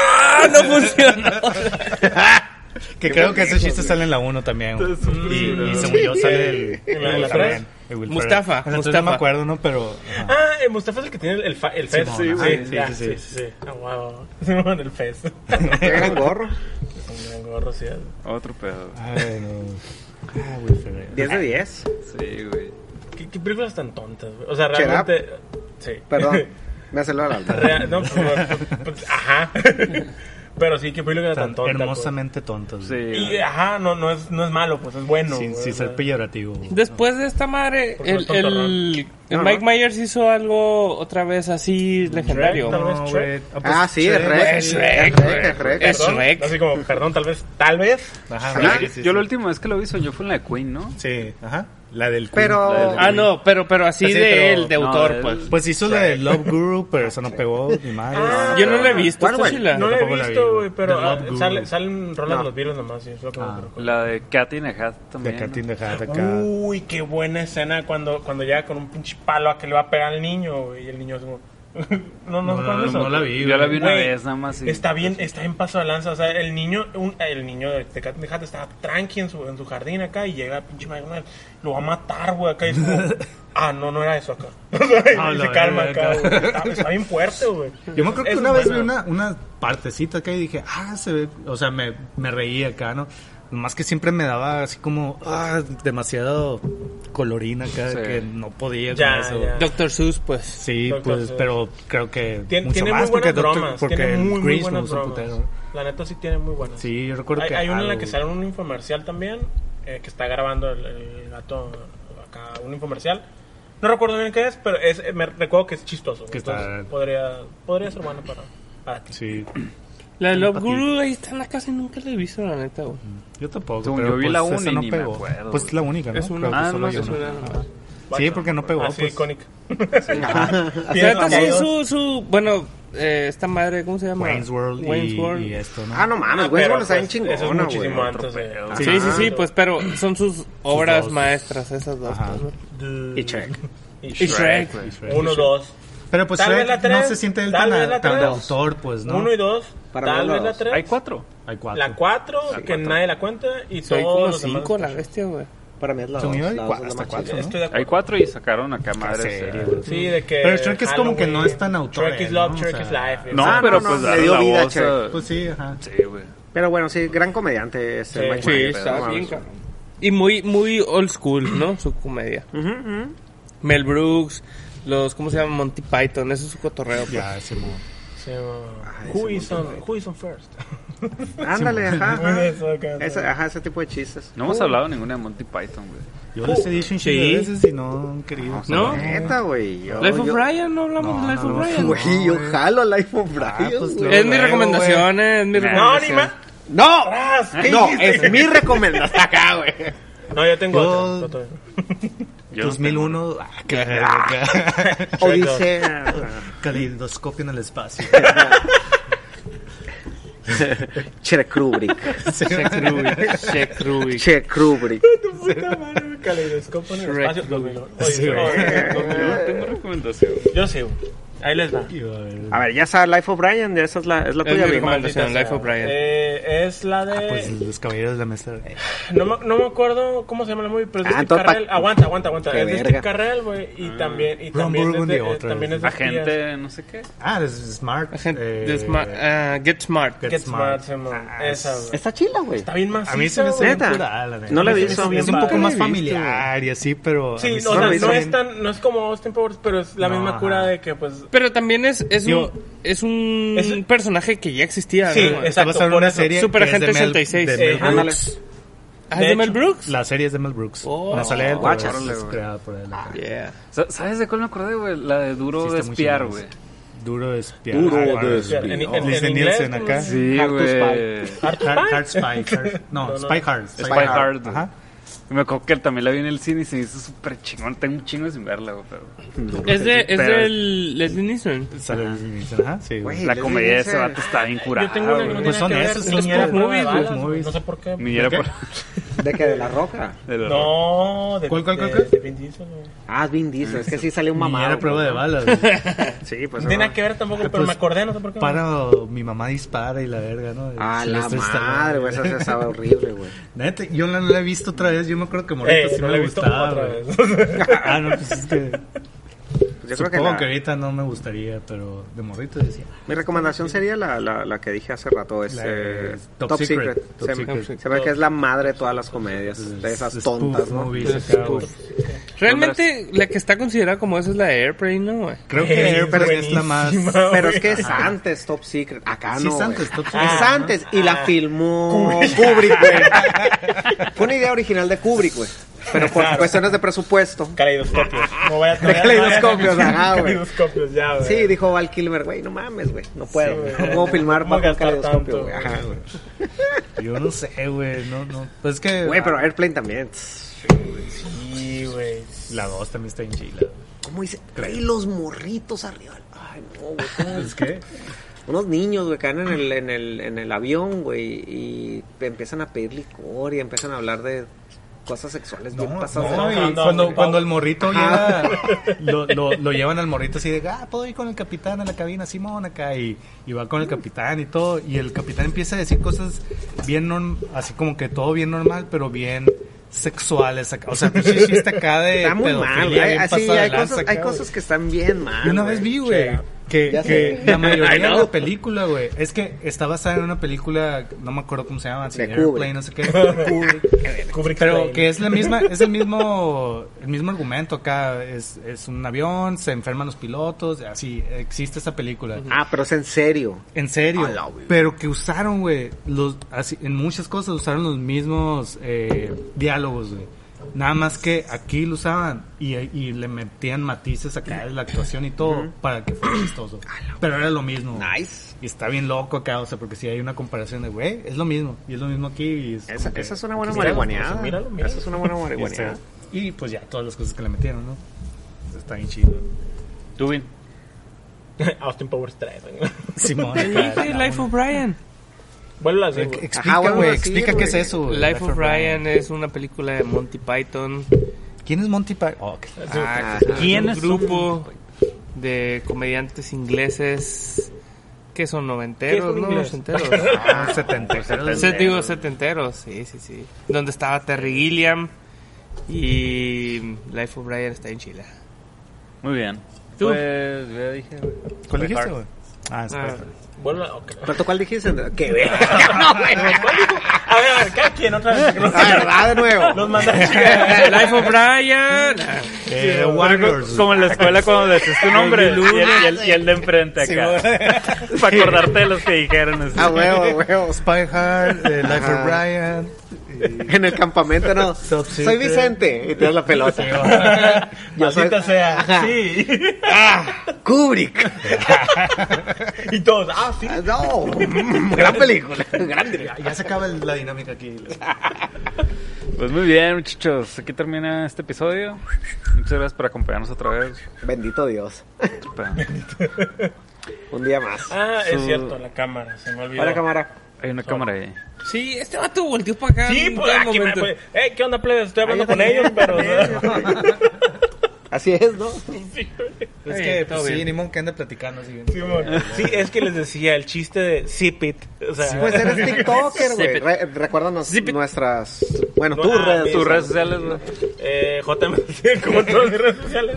Speaker 2: ¡Ah, no funciona!
Speaker 4: que creo que ese chiste sale en la 1 también. güey. Y, y según yo sale el...
Speaker 5: En la- en la
Speaker 4: también,
Speaker 5: tres.
Speaker 4: el Will Ferrell.
Speaker 2: Mustafa,
Speaker 4: En la tres
Speaker 2: Mustafa.
Speaker 4: No me acuerdo, ¿no? Pero... ajá.
Speaker 5: Ah, eh, Mustafa es el que tiene el, fa- el fez.
Speaker 4: Simón,
Speaker 5: sí,
Speaker 4: ajá.
Speaker 5: sí,
Speaker 4: Sí,
Speaker 5: ya,
Speaker 4: sí,
Speaker 5: sí, sí.
Speaker 4: sí.
Speaker 5: Ah, wow. Simón, el fez.
Speaker 3: Gran gorro.
Speaker 5: Un gran gorro, sí.
Speaker 1: Otro pedo.
Speaker 4: Ay, no. Ah, Will Ferrell.
Speaker 3: 10 de 10.
Speaker 1: Sí, güey.
Speaker 5: ¿Qué, qué películas tan tontas, güey? O sea,
Speaker 3: Shut up.
Speaker 5: realmente. Sí.
Speaker 3: Perdón. Me acelera el alma.
Speaker 5: Real- no, pues, pues, pues, ajá. Pero sí, qué película tan,
Speaker 4: Tan
Speaker 5: tonta. pues.
Speaker 4: hermosamente tontos.
Speaker 1: Sí,
Speaker 4: güey.
Speaker 5: Y ajá, no, no, es, no es malo, pues es bueno.
Speaker 4: Sin,
Speaker 5: güey,
Speaker 4: sin
Speaker 5: o
Speaker 4: ser
Speaker 5: sea.
Speaker 4: peyorativo. güey.
Speaker 2: Después de esta madre,
Speaker 5: Porque no
Speaker 2: el,
Speaker 5: es tontorrón.
Speaker 2: el- el
Speaker 3: No, no.
Speaker 2: Mike Myers hizo algo otra vez así legendario.
Speaker 5: tal vez.
Speaker 4: No,
Speaker 5: Shrek.
Speaker 4: güey. pues,
Speaker 3: Ah, sí, es
Speaker 4: Shrek,
Speaker 3: Rex.
Speaker 4: güey.
Speaker 3: Es Rex, es Rex.
Speaker 2: Es
Speaker 5: Perdón,
Speaker 2: Shrek.
Speaker 5: Así como, perdón, tal vez, tal vez.
Speaker 4: Ajá,
Speaker 6: Ah,
Speaker 1: Yo-
Speaker 4: güey, sí,
Speaker 1: yo
Speaker 4: sí.
Speaker 1: la última vez que lo vi yo fue en la de Queen, ¿no?
Speaker 4: Sí, ajá. La del Queen.
Speaker 3: Pero-
Speaker 4: La del
Speaker 2: Ah,
Speaker 4: Queen.
Speaker 2: no, pero, pero así
Speaker 4: Así,
Speaker 2: de
Speaker 4: pero-
Speaker 2: él, de
Speaker 1: no,
Speaker 2: autor,
Speaker 1: él-
Speaker 2: pues.
Speaker 4: Pues hizo la de Love Guru, pero eso no pegó ni madre.
Speaker 5: Ah,
Speaker 2: Yo no lo he visto,
Speaker 3: ¿Cuál,
Speaker 2: ¿tú
Speaker 3: güey?
Speaker 2: sí la-
Speaker 5: No la he
Speaker 4: tampoco la vi,
Speaker 5: visto,
Speaker 4: güey.
Speaker 5: güey, pero
Speaker 4: The
Speaker 5: ah,
Speaker 4: Love Guru.
Speaker 5: sale- salen rolas
Speaker 3: No.
Speaker 5: de los Beatles nomás. sí, es lo que me
Speaker 4: Ah.
Speaker 5: recuerdo.
Speaker 1: La de Cat in a Hat también.
Speaker 4: de Katin de Hat acá.
Speaker 5: Uy, qué buena escena cuando, cuando llega con un pinche palo a que le va a pegar al niño, güey. Y el niño es como... no, no,
Speaker 4: No,
Speaker 5: ¿cuál
Speaker 4: no,
Speaker 5: es eso?
Speaker 4: no la vi.
Speaker 1: ¿no? Yo la vi una
Speaker 5: Güey,
Speaker 1: vez nada más. y-
Speaker 5: Está bien, está bien paso de lanza. O sea, el niño, un- el niño de de Cat in the Hat está tranqui en su, en su jardín acá y llega pinche Mike Myers, lo va a matar, güey, acá y es como, ah, no, no era eso acá. O sea, y
Speaker 4: Ah,
Speaker 5: se
Speaker 4: la
Speaker 5: calma
Speaker 4: verga.
Speaker 5: acá, güey. Está, está bien fuerte, güey.
Speaker 4: Yo me acuerdo que
Speaker 5: Eso
Speaker 4: una
Speaker 5: es
Speaker 4: vez vi
Speaker 5: bueno.
Speaker 4: una, una partecita acá y dije, ah, se ve, o sea, me, me reí acá, ¿no? Más que siempre me daba así como, ah, demasiado colorina acá,
Speaker 1: Sí.
Speaker 4: que no podía
Speaker 5: Ya,
Speaker 4: con eso.
Speaker 5: ya.
Speaker 2: Doctor Seuss, pues.
Speaker 4: Sí,
Speaker 5: Doctor
Speaker 4: pues,
Speaker 5: Seuss.
Speaker 4: pero creo que
Speaker 5: Tien-
Speaker 4: mucho
Speaker 5: tiene
Speaker 4: más
Speaker 5: muy buenas
Speaker 4: porque, Doctor-
Speaker 5: bromas.
Speaker 4: porque
Speaker 5: tiene
Speaker 4: el
Speaker 5: muy, muy
Speaker 4: Grinch me
Speaker 5: buenas
Speaker 4: gusta un
Speaker 5: bromas.
Speaker 4: putero.
Speaker 5: La neta sí tiene muy buenas.
Speaker 4: Sí, yo recuerdo
Speaker 5: hay,
Speaker 4: que
Speaker 5: hay una en la
Speaker 4: algo-
Speaker 5: que sale un infomercial también, eh, que está grabando el, el gato acá, un infomercial. No recuerdo bien qué es, pero es, eh, me recuerdo que es chistoso.
Speaker 4: Que
Speaker 5: entonces
Speaker 4: está-
Speaker 5: podría, podría ser bueno para, para ti.
Speaker 4: Sí,
Speaker 2: La de Love Guru, ahí está en la casa y nunca la he visto, la neta. güey.
Speaker 4: yo tampoco.
Speaker 1: Según
Speaker 4: pero
Speaker 1: yo vi
Speaker 4: pues
Speaker 1: la
Speaker 4: esa
Speaker 1: una y
Speaker 4: no
Speaker 1: ni me
Speaker 4: pegó.
Speaker 1: acuerdo,
Speaker 4: Pues es la única, ¿no?
Speaker 2: Es una-
Speaker 4: Creo que
Speaker 1: Ah,
Speaker 4: solo
Speaker 1: no,
Speaker 4: hay
Speaker 1: es
Speaker 4: una.
Speaker 2: una, ajá.
Speaker 4: Sí, porque no pegó.
Speaker 5: Así,
Speaker 4: pues.
Speaker 5: icónica.
Speaker 2: O sea, neta, sí, su, su, bueno, eh, esta madre, ¿cómo se llama?
Speaker 4: Wayne's World, y-
Speaker 2: Wayne's
Speaker 4: y,
Speaker 2: World.
Speaker 4: esto, ¿no?
Speaker 3: Ah, no mames, güey. Eso
Speaker 5: Pero,
Speaker 3: lo saben
Speaker 5: pues, eso es
Speaker 3: chingona, güey.
Speaker 5: muchísimo antes. de-
Speaker 1: pedo.
Speaker 2: Sí, sí, sí,
Speaker 3: Ajá.
Speaker 2: pues, pero son sus obras
Speaker 4: dos.
Speaker 2: maestras, esas dos.
Speaker 6: Ah.
Speaker 4: Ajá.
Speaker 2: pues, ¿no?
Speaker 5: de-
Speaker 3: Y check.
Speaker 5: y
Speaker 2: Y
Speaker 5: Shrek.
Speaker 2: Shrek.
Speaker 5: Uno, dos.
Speaker 4: Pero pues
Speaker 5: Tal
Speaker 4: Shrek
Speaker 5: vez la
Speaker 4: no
Speaker 5: tres,
Speaker 4: se siente él
Speaker 5: tal
Speaker 4: tan,
Speaker 5: vez la
Speaker 4: tan de
Speaker 5: tres.
Speaker 4: autor, pues, ¿no?
Speaker 5: Uno y dos.
Speaker 3: Para
Speaker 5: tal
Speaker 3: mí
Speaker 5: vez
Speaker 3: la
Speaker 5: la
Speaker 3: dos.
Speaker 5: tres.
Speaker 1: Hay cuatro.
Speaker 4: Hay cuatro.
Speaker 5: La 4, que nadie la cuenta, y
Speaker 2: Soy
Speaker 5: todos
Speaker 2: como
Speaker 5: los demás
Speaker 2: cinco la
Speaker 5: ocho.
Speaker 2: bestia, güey.
Speaker 3: Para mí es la
Speaker 6: Se
Speaker 3: dos,
Speaker 6: unió de
Speaker 3: la dos es
Speaker 6: cuatro,
Speaker 3: la
Speaker 6: hasta
Speaker 3: más chida.
Speaker 6: cuatro, ¿no?
Speaker 5: Estoy de
Speaker 1: Hay
Speaker 5: acuerdo.
Speaker 1: cuatro y sacaron acá madres.
Speaker 6: serie,
Speaker 1: eh.
Speaker 6: güey.
Speaker 5: Sí, de que.
Speaker 6: Pero el Shrek es como que no es tan autor,
Speaker 5: Shrek is
Speaker 6: ¿no?
Speaker 5: love,
Speaker 6: O
Speaker 5: Shrek
Speaker 6: sea,
Speaker 5: is life.
Speaker 1: No,
Speaker 5: o sea,
Speaker 1: pero
Speaker 3: no,
Speaker 1: pues
Speaker 3: le
Speaker 1: darle
Speaker 3: dio
Speaker 1: la
Speaker 3: vida,
Speaker 1: voz
Speaker 3: Shrek.
Speaker 1: a-
Speaker 6: Pues sí, ajá.
Speaker 1: Sí, güey.
Speaker 3: Pero bueno, sí, gran comediante este
Speaker 5: Sí,
Speaker 3: Mike
Speaker 2: Sí,
Speaker 3: Myers,
Speaker 2: está
Speaker 3: no
Speaker 5: bien,
Speaker 3: mames.
Speaker 5: cabrón.
Speaker 2: Y muy, muy old school, ¿no? Su comedia.
Speaker 3: Ujú, ujú.
Speaker 2: Mel Brooks, los, ¿cómo se llama? Monty Python, eso es su cotorreo. pues.
Speaker 6: Ya, sí, mo.
Speaker 5: Sí, no.
Speaker 3: Ay,
Speaker 5: who,
Speaker 3: ese
Speaker 5: is on, who is on first?
Speaker 3: Ándale, ajá. ajá.
Speaker 5: Eso, acá,
Speaker 3: Ese, ajá, ese tipo de chistes.
Speaker 1: No hemos hablado ninguna de Monty Python, güey.
Speaker 5: Uh,
Speaker 6: Yo les he dicho un
Speaker 2: Sí.
Speaker 6: chingo de veces y no han querido.
Speaker 2: ¿No?
Speaker 3: Neta, güey. yo-
Speaker 2: Life of
Speaker 3: yo-
Speaker 2: Brian, no hablamos
Speaker 6: No,
Speaker 2: de Life
Speaker 6: no,
Speaker 2: of
Speaker 6: no.
Speaker 2: Brian.
Speaker 3: Güey, yo jalo al iPhone Brian.
Speaker 6: pues,
Speaker 3: güey.
Speaker 2: Es mi
Speaker 6: Luego,
Speaker 2: recomendación, eh, es mi
Speaker 1: Nah.
Speaker 5: No,
Speaker 2: recomendación.
Speaker 5: ni más.
Speaker 3: No,
Speaker 5: Tras, ¿qué
Speaker 3: no,
Speaker 5: dijiste?
Speaker 3: es mi recomendación acá, güey.
Speaker 5: No, yo tengo
Speaker 6: Yo-
Speaker 5: otro, otro.
Speaker 1: Yo no
Speaker 6: 2001, ah, que- que-
Speaker 3: Odisea.
Speaker 6: Caleidoscopio en el espacio.
Speaker 3: Chrekrubric.
Speaker 2: Check Rubik, Check Rubik.
Speaker 3: Chrekrubric.
Speaker 5: Puta madre, caleidoscopio en el
Speaker 2: Shrek.
Speaker 5: espacio. Los menores.
Speaker 6: Sí,
Speaker 5: Oye,
Speaker 1: tengo-
Speaker 5: oye,
Speaker 1: yo no tengo recomendación.
Speaker 5: Yo sí, güey. Ahí les va.
Speaker 3: A
Speaker 6: Ah,
Speaker 3: ver, ya sabes, Life of Brian, esa es la, es la
Speaker 2: Es mi
Speaker 3: tuya, Big.
Speaker 2: recomendación,
Speaker 5: Maldita
Speaker 2: Life
Speaker 5: sea.
Speaker 2: of Brian.
Speaker 5: Eh, es la de.
Speaker 6: Pues los caballeros de la mesa. eh,
Speaker 5: no, me, no me acuerdo cómo se llama la movie, pero es de
Speaker 3: Ah,
Speaker 5: Steve
Speaker 3: entonces, pa-
Speaker 5: Carrell. Aguanta, aguanta, aguanta.
Speaker 3: Qué
Speaker 5: Es de
Speaker 3: verga.
Speaker 5: Steve Carrell, güey. Y
Speaker 6: Ah.
Speaker 5: también. Y
Speaker 6: Ron
Speaker 5: también, es
Speaker 6: Burgundy,
Speaker 5: de, eh,
Speaker 6: otra
Speaker 5: también
Speaker 6: vez.
Speaker 5: es de espías.
Speaker 1: Agente, no sé qué.
Speaker 6: Ah, es Smart.
Speaker 2: La gente
Speaker 6: eh,
Speaker 2: de Smart- ah, Get Smart.
Speaker 6: Get
Speaker 5: eh, Get Smart,
Speaker 6: Smart.
Speaker 5: Simón.
Speaker 6: Ah,
Speaker 5: Esa, güey.
Speaker 3: Está chila, güey.
Speaker 5: Está bien más.
Speaker 6: A mí se me hace
Speaker 3: Neta.
Speaker 6: bien curada, la neta.
Speaker 3: No la he
Speaker 6: Es-
Speaker 3: visto,
Speaker 6: Es, es
Speaker 3: bien
Speaker 6: un poco
Speaker 3: padre.
Speaker 6: más
Speaker 2: No la he visto.
Speaker 6: familiar y así, pero. a
Speaker 5: Sí,
Speaker 6: mí
Speaker 5: no,
Speaker 6: se
Speaker 5: o
Speaker 6: me
Speaker 5: sea,
Speaker 6: hizo
Speaker 5: no
Speaker 6: bien-
Speaker 5: es tan, no es como Austin Powers, pero es la
Speaker 6: No,
Speaker 5: misma
Speaker 6: ajá.
Speaker 5: cura de que pues
Speaker 2: Pero también es, es
Speaker 6: Yo-
Speaker 2: un, es un
Speaker 5: Es-
Speaker 2: personaje que ya existía.
Speaker 5: Sí,
Speaker 2: ¿no?
Speaker 5: es-
Speaker 6: Está basado en
Speaker 5: por
Speaker 6: una
Speaker 5: eso.
Speaker 6: serie.
Speaker 2: Superagente
Speaker 6: que es de Mel-
Speaker 2: 66.
Speaker 6: de Mel
Speaker 5: Eh,
Speaker 6: Brooks.
Speaker 3: Ándale.
Speaker 2: Ah, ¿es de
Speaker 5: de
Speaker 2: Mel
Speaker 5: hecho.
Speaker 2: Brooks?
Speaker 6: La serie es de Mel Brooks.
Speaker 2: Oh.
Speaker 6: la sale de él, pero
Speaker 3: Guachas.
Speaker 6: es- es
Speaker 1: Órale,
Speaker 6: creada por él. acá.
Speaker 2: Yeah.
Speaker 1: Sa- ¿Sabes de cuál me acordé, güey? La de Duro
Speaker 6: Sí,
Speaker 1: de
Speaker 6: está muy
Speaker 1: Espiar,
Speaker 6: chingón.
Speaker 1: güey.
Speaker 6: Duro de espiar.
Speaker 3: Duro
Speaker 6: Ah,
Speaker 3: de
Speaker 6: bueno,
Speaker 3: espiar.
Speaker 5: En- en-
Speaker 6: Dice
Speaker 5: en inglés,
Speaker 6: Nielsen acá.
Speaker 5: pues,
Speaker 1: Sí,
Speaker 3: Hard to
Speaker 1: güey.
Speaker 6: Hard, Hard Spy. Hard- no, Spy Hard.
Speaker 1: Spy
Speaker 3: Spy Hard.
Speaker 1: Hard, güey.
Speaker 6: Ajá.
Speaker 1: Y Me acuerdo que también la vi en el cine y se me hizo súper chingón. Tengo un chingo sin verla, güey, pero...
Speaker 2: Es, de, es
Speaker 1: Pero-
Speaker 2: del Leslie Nielsen.
Speaker 6: Sale el inicio, Ajá, sí.
Speaker 3: Güey.
Speaker 1: La
Speaker 3: Leslie
Speaker 1: comedia de ese
Speaker 3: Nielsen.
Speaker 1: vato está bien curada,
Speaker 5: Yo tengo una que no
Speaker 1: güey.
Speaker 6: Pues
Speaker 5: tiene
Speaker 6: son
Speaker 5: que ver,
Speaker 6: esos,
Speaker 5: es
Speaker 6: los
Speaker 5: por
Speaker 6: movies,
Speaker 5: prueba de
Speaker 6: los
Speaker 5: balas, güey,
Speaker 6: movies.
Speaker 5: No sé por qué.
Speaker 1: Ni era por...
Speaker 3: ¿De que ¿De la roca?
Speaker 1: de la roca.
Speaker 5: No, de
Speaker 6: ¿Cuál, cuál,
Speaker 5: de-
Speaker 6: cuál, cuál?
Speaker 5: de Vin Diesel, güey.
Speaker 3: Ah, es Vin Diesel. Es que sí salió un
Speaker 6: Ni
Speaker 3: mamado.
Speaker 6: era prueba de
Speaker 3: güey.
Speaker 6: balas. güey.
Speaker 3: Sí, pues.
Speaker 5: No tiene
Speaker 3: no.
Speaker 5: nada que ver tampoco, pero
Speaker 6: Pues,
Speaker 5: me acordé, no sé por qué. Eh,
Speaker 6: Para mi mamá dispara y la verga, ¿no?
Speaker 3: Ah, la
Speaker 6: Sylvester Stallone.
Speaker 3: madre, güey. Esa se sabe horrible, güey.
Speaker 6: Neta, yo la, la he visto otra vez. Yo me acuerdo que
Speaker 5: Eh,
Speaker 6: Morito sí
Speaker 5: no
Speaker 6: me
Speaker 5: la he visto
Speaker 6: gustaba.
Speaker 5: otra
Speaker 6: güey.
Speaker 5: vez.
Speaker 6: ah, no, pues es que.
Speaker 3: Pues Yo creo que,
Speaker 6: supongo que,
Speaker 3: la-
Speaker 6: ahorita no me gustaría, pero de Morrito decía.
Speaker 3: mi recomendación sería la, la, la que dije hace rato. Es,
Speaker 6: La
Speaker 3: eh,
Speaker 6: de Top
Speaker 3: Top
Speaker 6: Secret.
Speaker 3: Secret.
Speaker 6: Top
Speaker 3: se,
Speaker 6: Secret.
Speaker 3: se ve que es la madre de todas las comedias. De esas
Speaker 6: "Pues, Spoof "Pues,
Speaker 3: tontas, ¿no?
Speaker 6: movies acá, güey.
Speaker 2: Realmente, la que está considerada como esa es la de Airplane, ¿no? güey?
Speaker 6: Creo que
Speaker 5: Es
Speaker 6: Airplane es la más.
Speaker 5: buenísima,
Speaker 3: Pero es
Speaker 5: güey.
Speaker 3: que es antes Top Secret. Acá
Speaker 6: Sí,
Speaker 3: no.
Speaker 6: es
Speaker 3: güey.
Speaker 6: antes Top Secret,
Speaker 3: Es
Speaker 6: ¿no?
Speaker 3: antes. Y la filmó Kubrick, güey. Fue una idea original de Kubrick, güey. Pero por
Speaker 5: Claro.
Speaker 3: cuestiones de presupuesto.
Speaker 5: Caleidoscopios. No vaya a no
Speaker 3: De
Speaker 5: vaya-
Speaker 3: caleidoscopios, ajá, güey.
Speaker 5: Caleidoscopios, ya, güey.
Speaker 3: Sí, dijo Val Kilmer, güey, no mames, güey, no puedo, güey, no puedo filmar
Speaker 5: ¿Cómo
Speaker 3: bajo un
Speaker 5: gastar
Speaker 3: caleidoscopio,
Speaker 5: tanto,
Speaker 3: güey.
Speaker 5: güey?
Speaker 3: Ajá, güey.
Speaker 6: Yo no sé, güey. No, no. Pues es que.
Speaker 3: Güey, pero Airplane también. tss,
Speaker 5: Sí, güey.
Speaker 6: La 2 también está en Chile.
Speaker 3: ¿Cómo dice? Y los morritos arriba. Ay, no, güey. ¿cómo?
Speaker 6: ¿Es que?
Speaker 3: Unos niños, güey, caen en el, en el, en el avión, güey, y te empiezan a pedir licor y empiezan a hablar de cosas sexuales
Speaker 6: No,
Speaker 3: bien pasadas.
Speaker 6: no,
Speaker 3: de-
Speaker 6: y
Speaker 5: no,
Speaker 6: cuando,
Speaker 5: no.
Speaker 6: cuando el morrito
Speaker 3: Ajá.
Speaker 6: llega, lo, lo, lo llevan al morrito así de, ah, puedo ir con el capitán a la cabina, Simón, acá, y, y va con el capitán y todo, y el capitán empieza a decir cosas bien, norm- así como que todo bien normal, pero bien sexuales acá, o sea, pues sí, chiste acá de
Speaker 3: Está muy
Speaker 6: pedofilia
Speaker 3: mal, güey.
Speaker 6: bien
Speaker 3: Hay- sí,
Speaker 6: pasada de
Speaker 3: hay
Speaker 6: lanza
Speaker 3: cosas,
Speaker 6: acá,
Speaker 3: hay
Speaker 6: güey.
Speaker 3: cosas que están bien mal.
Speaker 6: Y una vez
Speaker 3: güey.
Speaker 6: vi, güey, que,
Speaker 3: Ya
Speaker 6: que
Speaker 3: sé.
Speaker 6: la mayoría
Speaker 2: I
Speaker 6: de
Speaker 2: know.
Speaker 6: la película, güey, es que está basada en una película, no me acuerdo cómo se llama, así,
Speaker 3: De
Speaker 6: Airplane,
Speaker 3: Kubrick.
Speaker 6: no sé qué, Kubrick.
Speaker 5: Kubrick
Speaker 6: pero
Speaker 5: Plane.
Speaker 6: que es la misma, es el mismo, el mismo argumento acá, es, es un avión, se enferman los pilotos, así, existe esa película.
Speaker 3: Ah, pero es en serio.
Speaker 6: En serio.
Speaker 3: A la verga.
Speaker 6: Pero que usaron, güey. Los, así, en muchas cosas usaron los mismos eh, diálogos, güey. Nada más que aquí lo usaban y, y le metían matices acá de la actuación y todo para que fuera chistoso. Pero era lo mismo. güey.
Speaker 3: Nice.
Speaker 6: Y está bien loco acá, o sea, porque si hay una comparación de, güey, es lo mismo. Y es lo mismo aquí. Y es
Speaker 3: Esa,
Speaker 6: como que-
Speaker 3: esa es una buena
Speaker 6: Míralo,
Speaker 3: marihuaneada.
Speaker 5: míralo, míralo.
Speaker 3: Esa es una buena
Speaker 6: y, está-
Speaker 3: marihuaneada.
Speaker 6: y pues ya, todas las cosas que le metieron, ¿no? Está bien chido.
Speaker 1: Tú, Vin.
Speaker 5: Austin Powers 3. güey.
Speaker 6: Simón.
Speaker 2: Te dije Life of Brian.
Speaker 5: Vuelve a decir, güey.
Speaker 6: Explica,
Speaker 3: Ajá, bueno,
Speaker 6: güey,
Speaker 3: sí,
Speaker 6: explica qué es
Speaker 3: güey.
Speaker 6: eso, güey.
Speaker 2: Life of Brian es una película de Monty Python.
Speaker 6: ¿Quién es Monty Python? Oh, ok.
Speaker 3: Ah,
Speaker 2: ¿Quién es un grupo de comediantes ingleses que son
Speaker 5: ¿Qué es
Speaker 2: noventeros,
Speaker 5: un
Speaker 2: no
Speaker 5: inglés?
Speaker 2: noventeros.
Speaker 6: Ah, setenta.
Speaker 4: Pues
Speaker 2: Se- digo setenteros, sí, sí, sí. Donde estaba Terry Gilliam, Y Life of Brian está en Chile.
Speaker 1: Muy bien.
Speaker 2: ¿Tú?
Speaker 1: Pues, ya dije, güey. Spy
Speaker 4: ¿Cuál dijiste,
Speaker 1: Hard.
Speaker 4: güey? Ah,
Speaker 2: Ah,
Speaker 4: Spider-Man.
Speaker 5: Vuelve a- ok.
Speaker 3: ¿Rato cuál dijiste? ¡Qué verga!
Speaker 5: No, güey, ¿cuál dijo? A ver, a ver, cada quien otra vez. que los-
Speaker 3: Ah, ¿verdad? De nuevo.
Speaker 5: Los manda a chingar.
Speaker 2: Life of Brian. Ah,
Speaker 4: Eh,
Speaker 1: Pero
Speaker 4: Warriors.
Speaker 1: co- Como en la escuela cuando decías tu nombre y el, y el- y el de enfrente
Speaker 4: Sí,
Speaker 1: acá. Para acordarte de los que dijeron. así.
Speaker 3: Ah, huevo, huevo.
Speaker 4: Spy Hard, eh, Life
Speaker 3: Ajá.
Speaker 4: of Brian.
Speaker 3: En el campamento, no.
Speaker 4: Top secret.
Speaker 3: Soy Vicente. Y tiras la pelota. Yo soy-
Speaker 5: Maldita sea.
Speaker 3: Ajá.
Speaker 5: Sí.
Speaker 3: ¡Ah! ¡Kubrick!
Speaker 5: Y todos, ah, sí.
Speaker 3: Ah, ¡No! Gran película. Grande.
Speaker 4: Ya, se acaba la dinámica aquí.
Speaker 1: Pues muy bien, muchachos. Aquí termina este episodio. Muchas gracias por acompañarnos otra vez.
Speaker 3: Bendito Dios.
Speaker 1: Pa-
Speaker 3: Un día más.
Speaker 5: Ah, es
Speaker 1: Su-
Speaker 5: cierto, la cámara, se me olvidó.
Speaker 3: Hola, cámara.
Speaker 1: Hay una cámara ahí.
Speaker 2: Sí, este vato volteó para acá.
Speaker 5: Sí,
Speaker 2: en
Speaker 5: pues,
Speaker 2: todo
Speaker 5: aquí me,
Speaker 2: momento.
Speaker 5: pues, eh, ¿qué onda, plebes? Estoy hablando
Speaker 3: Ah, yo
Speaker 5: con
Speaker 3: también.
Speaker 5: ellos, pero...
Speaker 3: Así es, ¿no?
Speaker 4: Es
Speaker 2: Sí,
Speaker 4: que,
Speaker 2: todo
Speaker 4: pues, sí,
Speaker 2: bien.
Speaker 4: ni modo que ande platicando así bien.
Speaker 5: Simón. Sí, es que les decía el chiste de zip it. O sea,
Speaker 3: Pues eres TikToker, güey.
Speaker 2: Zip it.
Speaker 3: Re- recuérdanos
Speaker 2: Zip it.
Speaker 3: nuestras. Bueno, tus
Speaker 5: Ah,
Speaker 3: redes.
Speaker 1: Tus
Speaker 3: sociales.
Speaker 1: redes sociales, güey.
Speaker 5: eh, JMC, como todas mis redes sociales.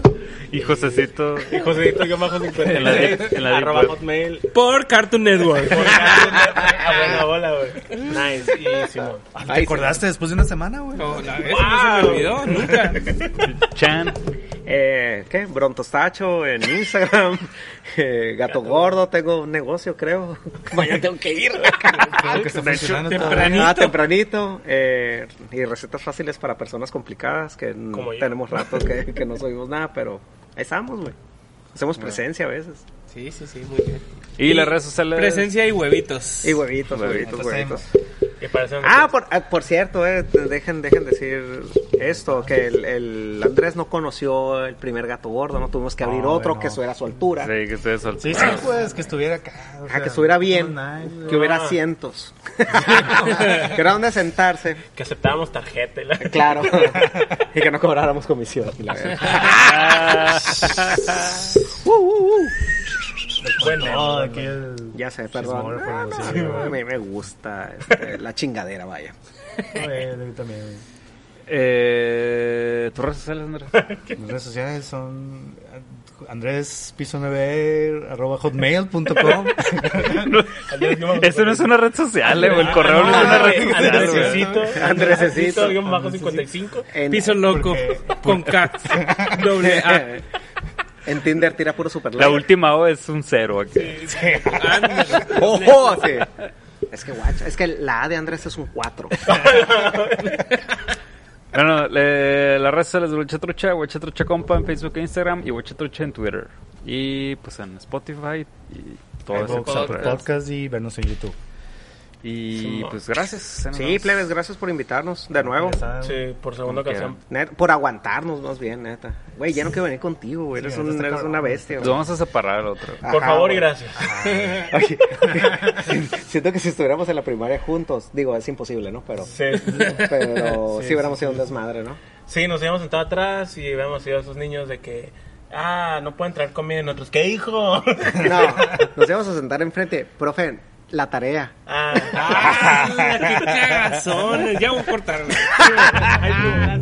Speaker 1: Y Josecito.
Speaker 5: Y Joséito, yo bajo
Speaker 1: En la deep-
Speaker 5: 53.
Speaker 1: en la deep
Speaker 5: arroba
Speaker 1: web.
Speaker 5: hotmail.
Speaker 2: Por Cartoon Network.
Speaker 5: Ah, bueno, hola, güey. Nice. Y Simón.
Speaker 4: ¿Te
Speaker 3: Ay, sí.
Speaker 4: acordaste después de una semana, güey?
Speaker 1: Oh,
Speaker 2: No, la vez no se me olvidó nunca.
Speaker 1: Chan.
Speaker 3: Eh, ¿Qué? Brontostacho en Instagram. Eh, Gato Gordo, tengo un negocio, creo. Mañana tengo que ir.
Speaker 4: Creo que está funcionando todavía.
Speaker 2: tempranito.
Speaker 3: Ah, tempranito. Eh, y recetas fáciles para personas complicadas que n-
Speaker 5: Como yo.
Speaker 3: tenemos rato que, que no subimos nada, pero ahí estamos, güey. Hacemos presencia a veces.
Speaker 2: Sí, sí, sí, muy bien.
Speaker 1: Y las redes sociales.
Speaker 2: Presencia y huevitos.
Speaker 3: Y huevitos, huevitos,
Speaker 4: Entonces,
Speaker 3: huevitos.
Speaker 5: Y parecen-
Speaker 3: Ah, por, ah, por cierto, eh, te- dejen, dejen decir esto, que el, el Andrés no conoció el primer gato gordo, no tuvimos que abrir
Speaker 4: No,
Speaker 3: otro
Speaker 4: güey,
Speaker 3: que
Speaker 4: no.
Speaker 3: eso era su altura.
Speaker 1: Sí, que ustedes soltaron.
Speaker 4: Sí, sí, pues, que estuviera acá. o
Speaker 3: Ah,
Speaker 4: sea,
Speaker 3: que estuviera bien,
Speaker 4: más nice,
Speaker 3: que
Speaker 4: güey.
Speaker 3: hubiera asientos. que era donde sentarse,
Speaker 5: Que aceptábamos tarjeta. y la-
Speaker 3: claro. y que no cobráramos comisión. y la verga.
Speaker 1: Ah,
Speaker 3: Uh, uh, uh.
Speaker 5: Bueno,
Speaker 4: No, aquí el-
Speaker 3: Ya sé,
Speaker 4: Chismógrafo,
Speaker 3: perdón. Ah, No, no,
Speaker 4: sí,
Speaker 3: a mí me gusta este, la chingadera, vaya.
Speaker 4: güey, yo también, güey.
Speaker 1: eh, tus redes sociales, Andrés.
Speaker 4: Mis redes sociales son Andrés Piso 9 arroba hotmail.com.
Speaker 5: Andrés, yo me-
Speaker 1: Eso no es una red social, eh, güey. El correo no es una red social.
Speaker 5: Andrés, Andrés,
Speaker 1: güey. Ah,
Speaker 5: Andresecito,
Speaker 3: Andresecito.
Speaker 5: Andresecito, guión bajo 55.
Speaker 3: En,
Speaker 2: Piso loco.
Speaker 4: Porque-
Speaker 2: Con K. Doble A.
Speaker 3: en Tinder tira puro super
Speaker 1: La última O es un cero. acá.
Speaker 3: ¡Ojo! Oh, sí. Es que guacha, es que la A de Andrés es un 4.
Speaker 1: No, no, le- las redes sociales de Huachatrucha, Huachatrucha Compa en Facebook e Instagram y Huachatrucha en Twitter. Y pues en Spotify y todo eso.
Speaker 4: Box, Apple Podcast y vernos en YouTube.
Speaker 1: Y pues gracias. ahí nos
Speaker 3: Sí,
Speaker 1: vemos.
Speaker 3: plebes, gracias por invitarnos de nuevo.
Speaker 4: Ya saben.
Speaker 5: Sí, por segunda
Speaker 1: Como
Speaker 5: ocasión.
Speaker 3: Net- por aguantarnos, más bien, neta. Güey, ya no quiero venir contigo, güey. Eres,
Speaker 4: Sí,
Speaker 3: un-
Speaker 4: está
Speaker 3: eres
Speaker 4: cabrón.
Speaker 3: una bestia.
Speaker 1: Nos
Speaker 3: güey.
Speaker 1: vamos a separar el otro.
Speaker 3: Ajá,
Speaker 5: Por favor y
Speaker 3: güey.
Speaker 5: gracias.
Speaker 3: Oye, siento que si estuviéramos en la primaria juntos, digo, es imposible, ¿no? Pero
Speaker 5: Sí.
Speaker 3: pero sí, hubiéramos sido un desmadre, ¿no?
Speaker 5: Sí, nos íbamos sentado atrás y habíamos sido esos niños de que, ah, no pueden traer comida en otros. ¿Qué hijo?
Speaker 3: No, nos íbamos a sentar enfrente. Profe, la tarea.
Speaker 5: Ah,
Speaker 2: ¡Ah! ¡Qué cagazón! Ya voy a cortarlo.
Speaker 5: ay, tú, gracias.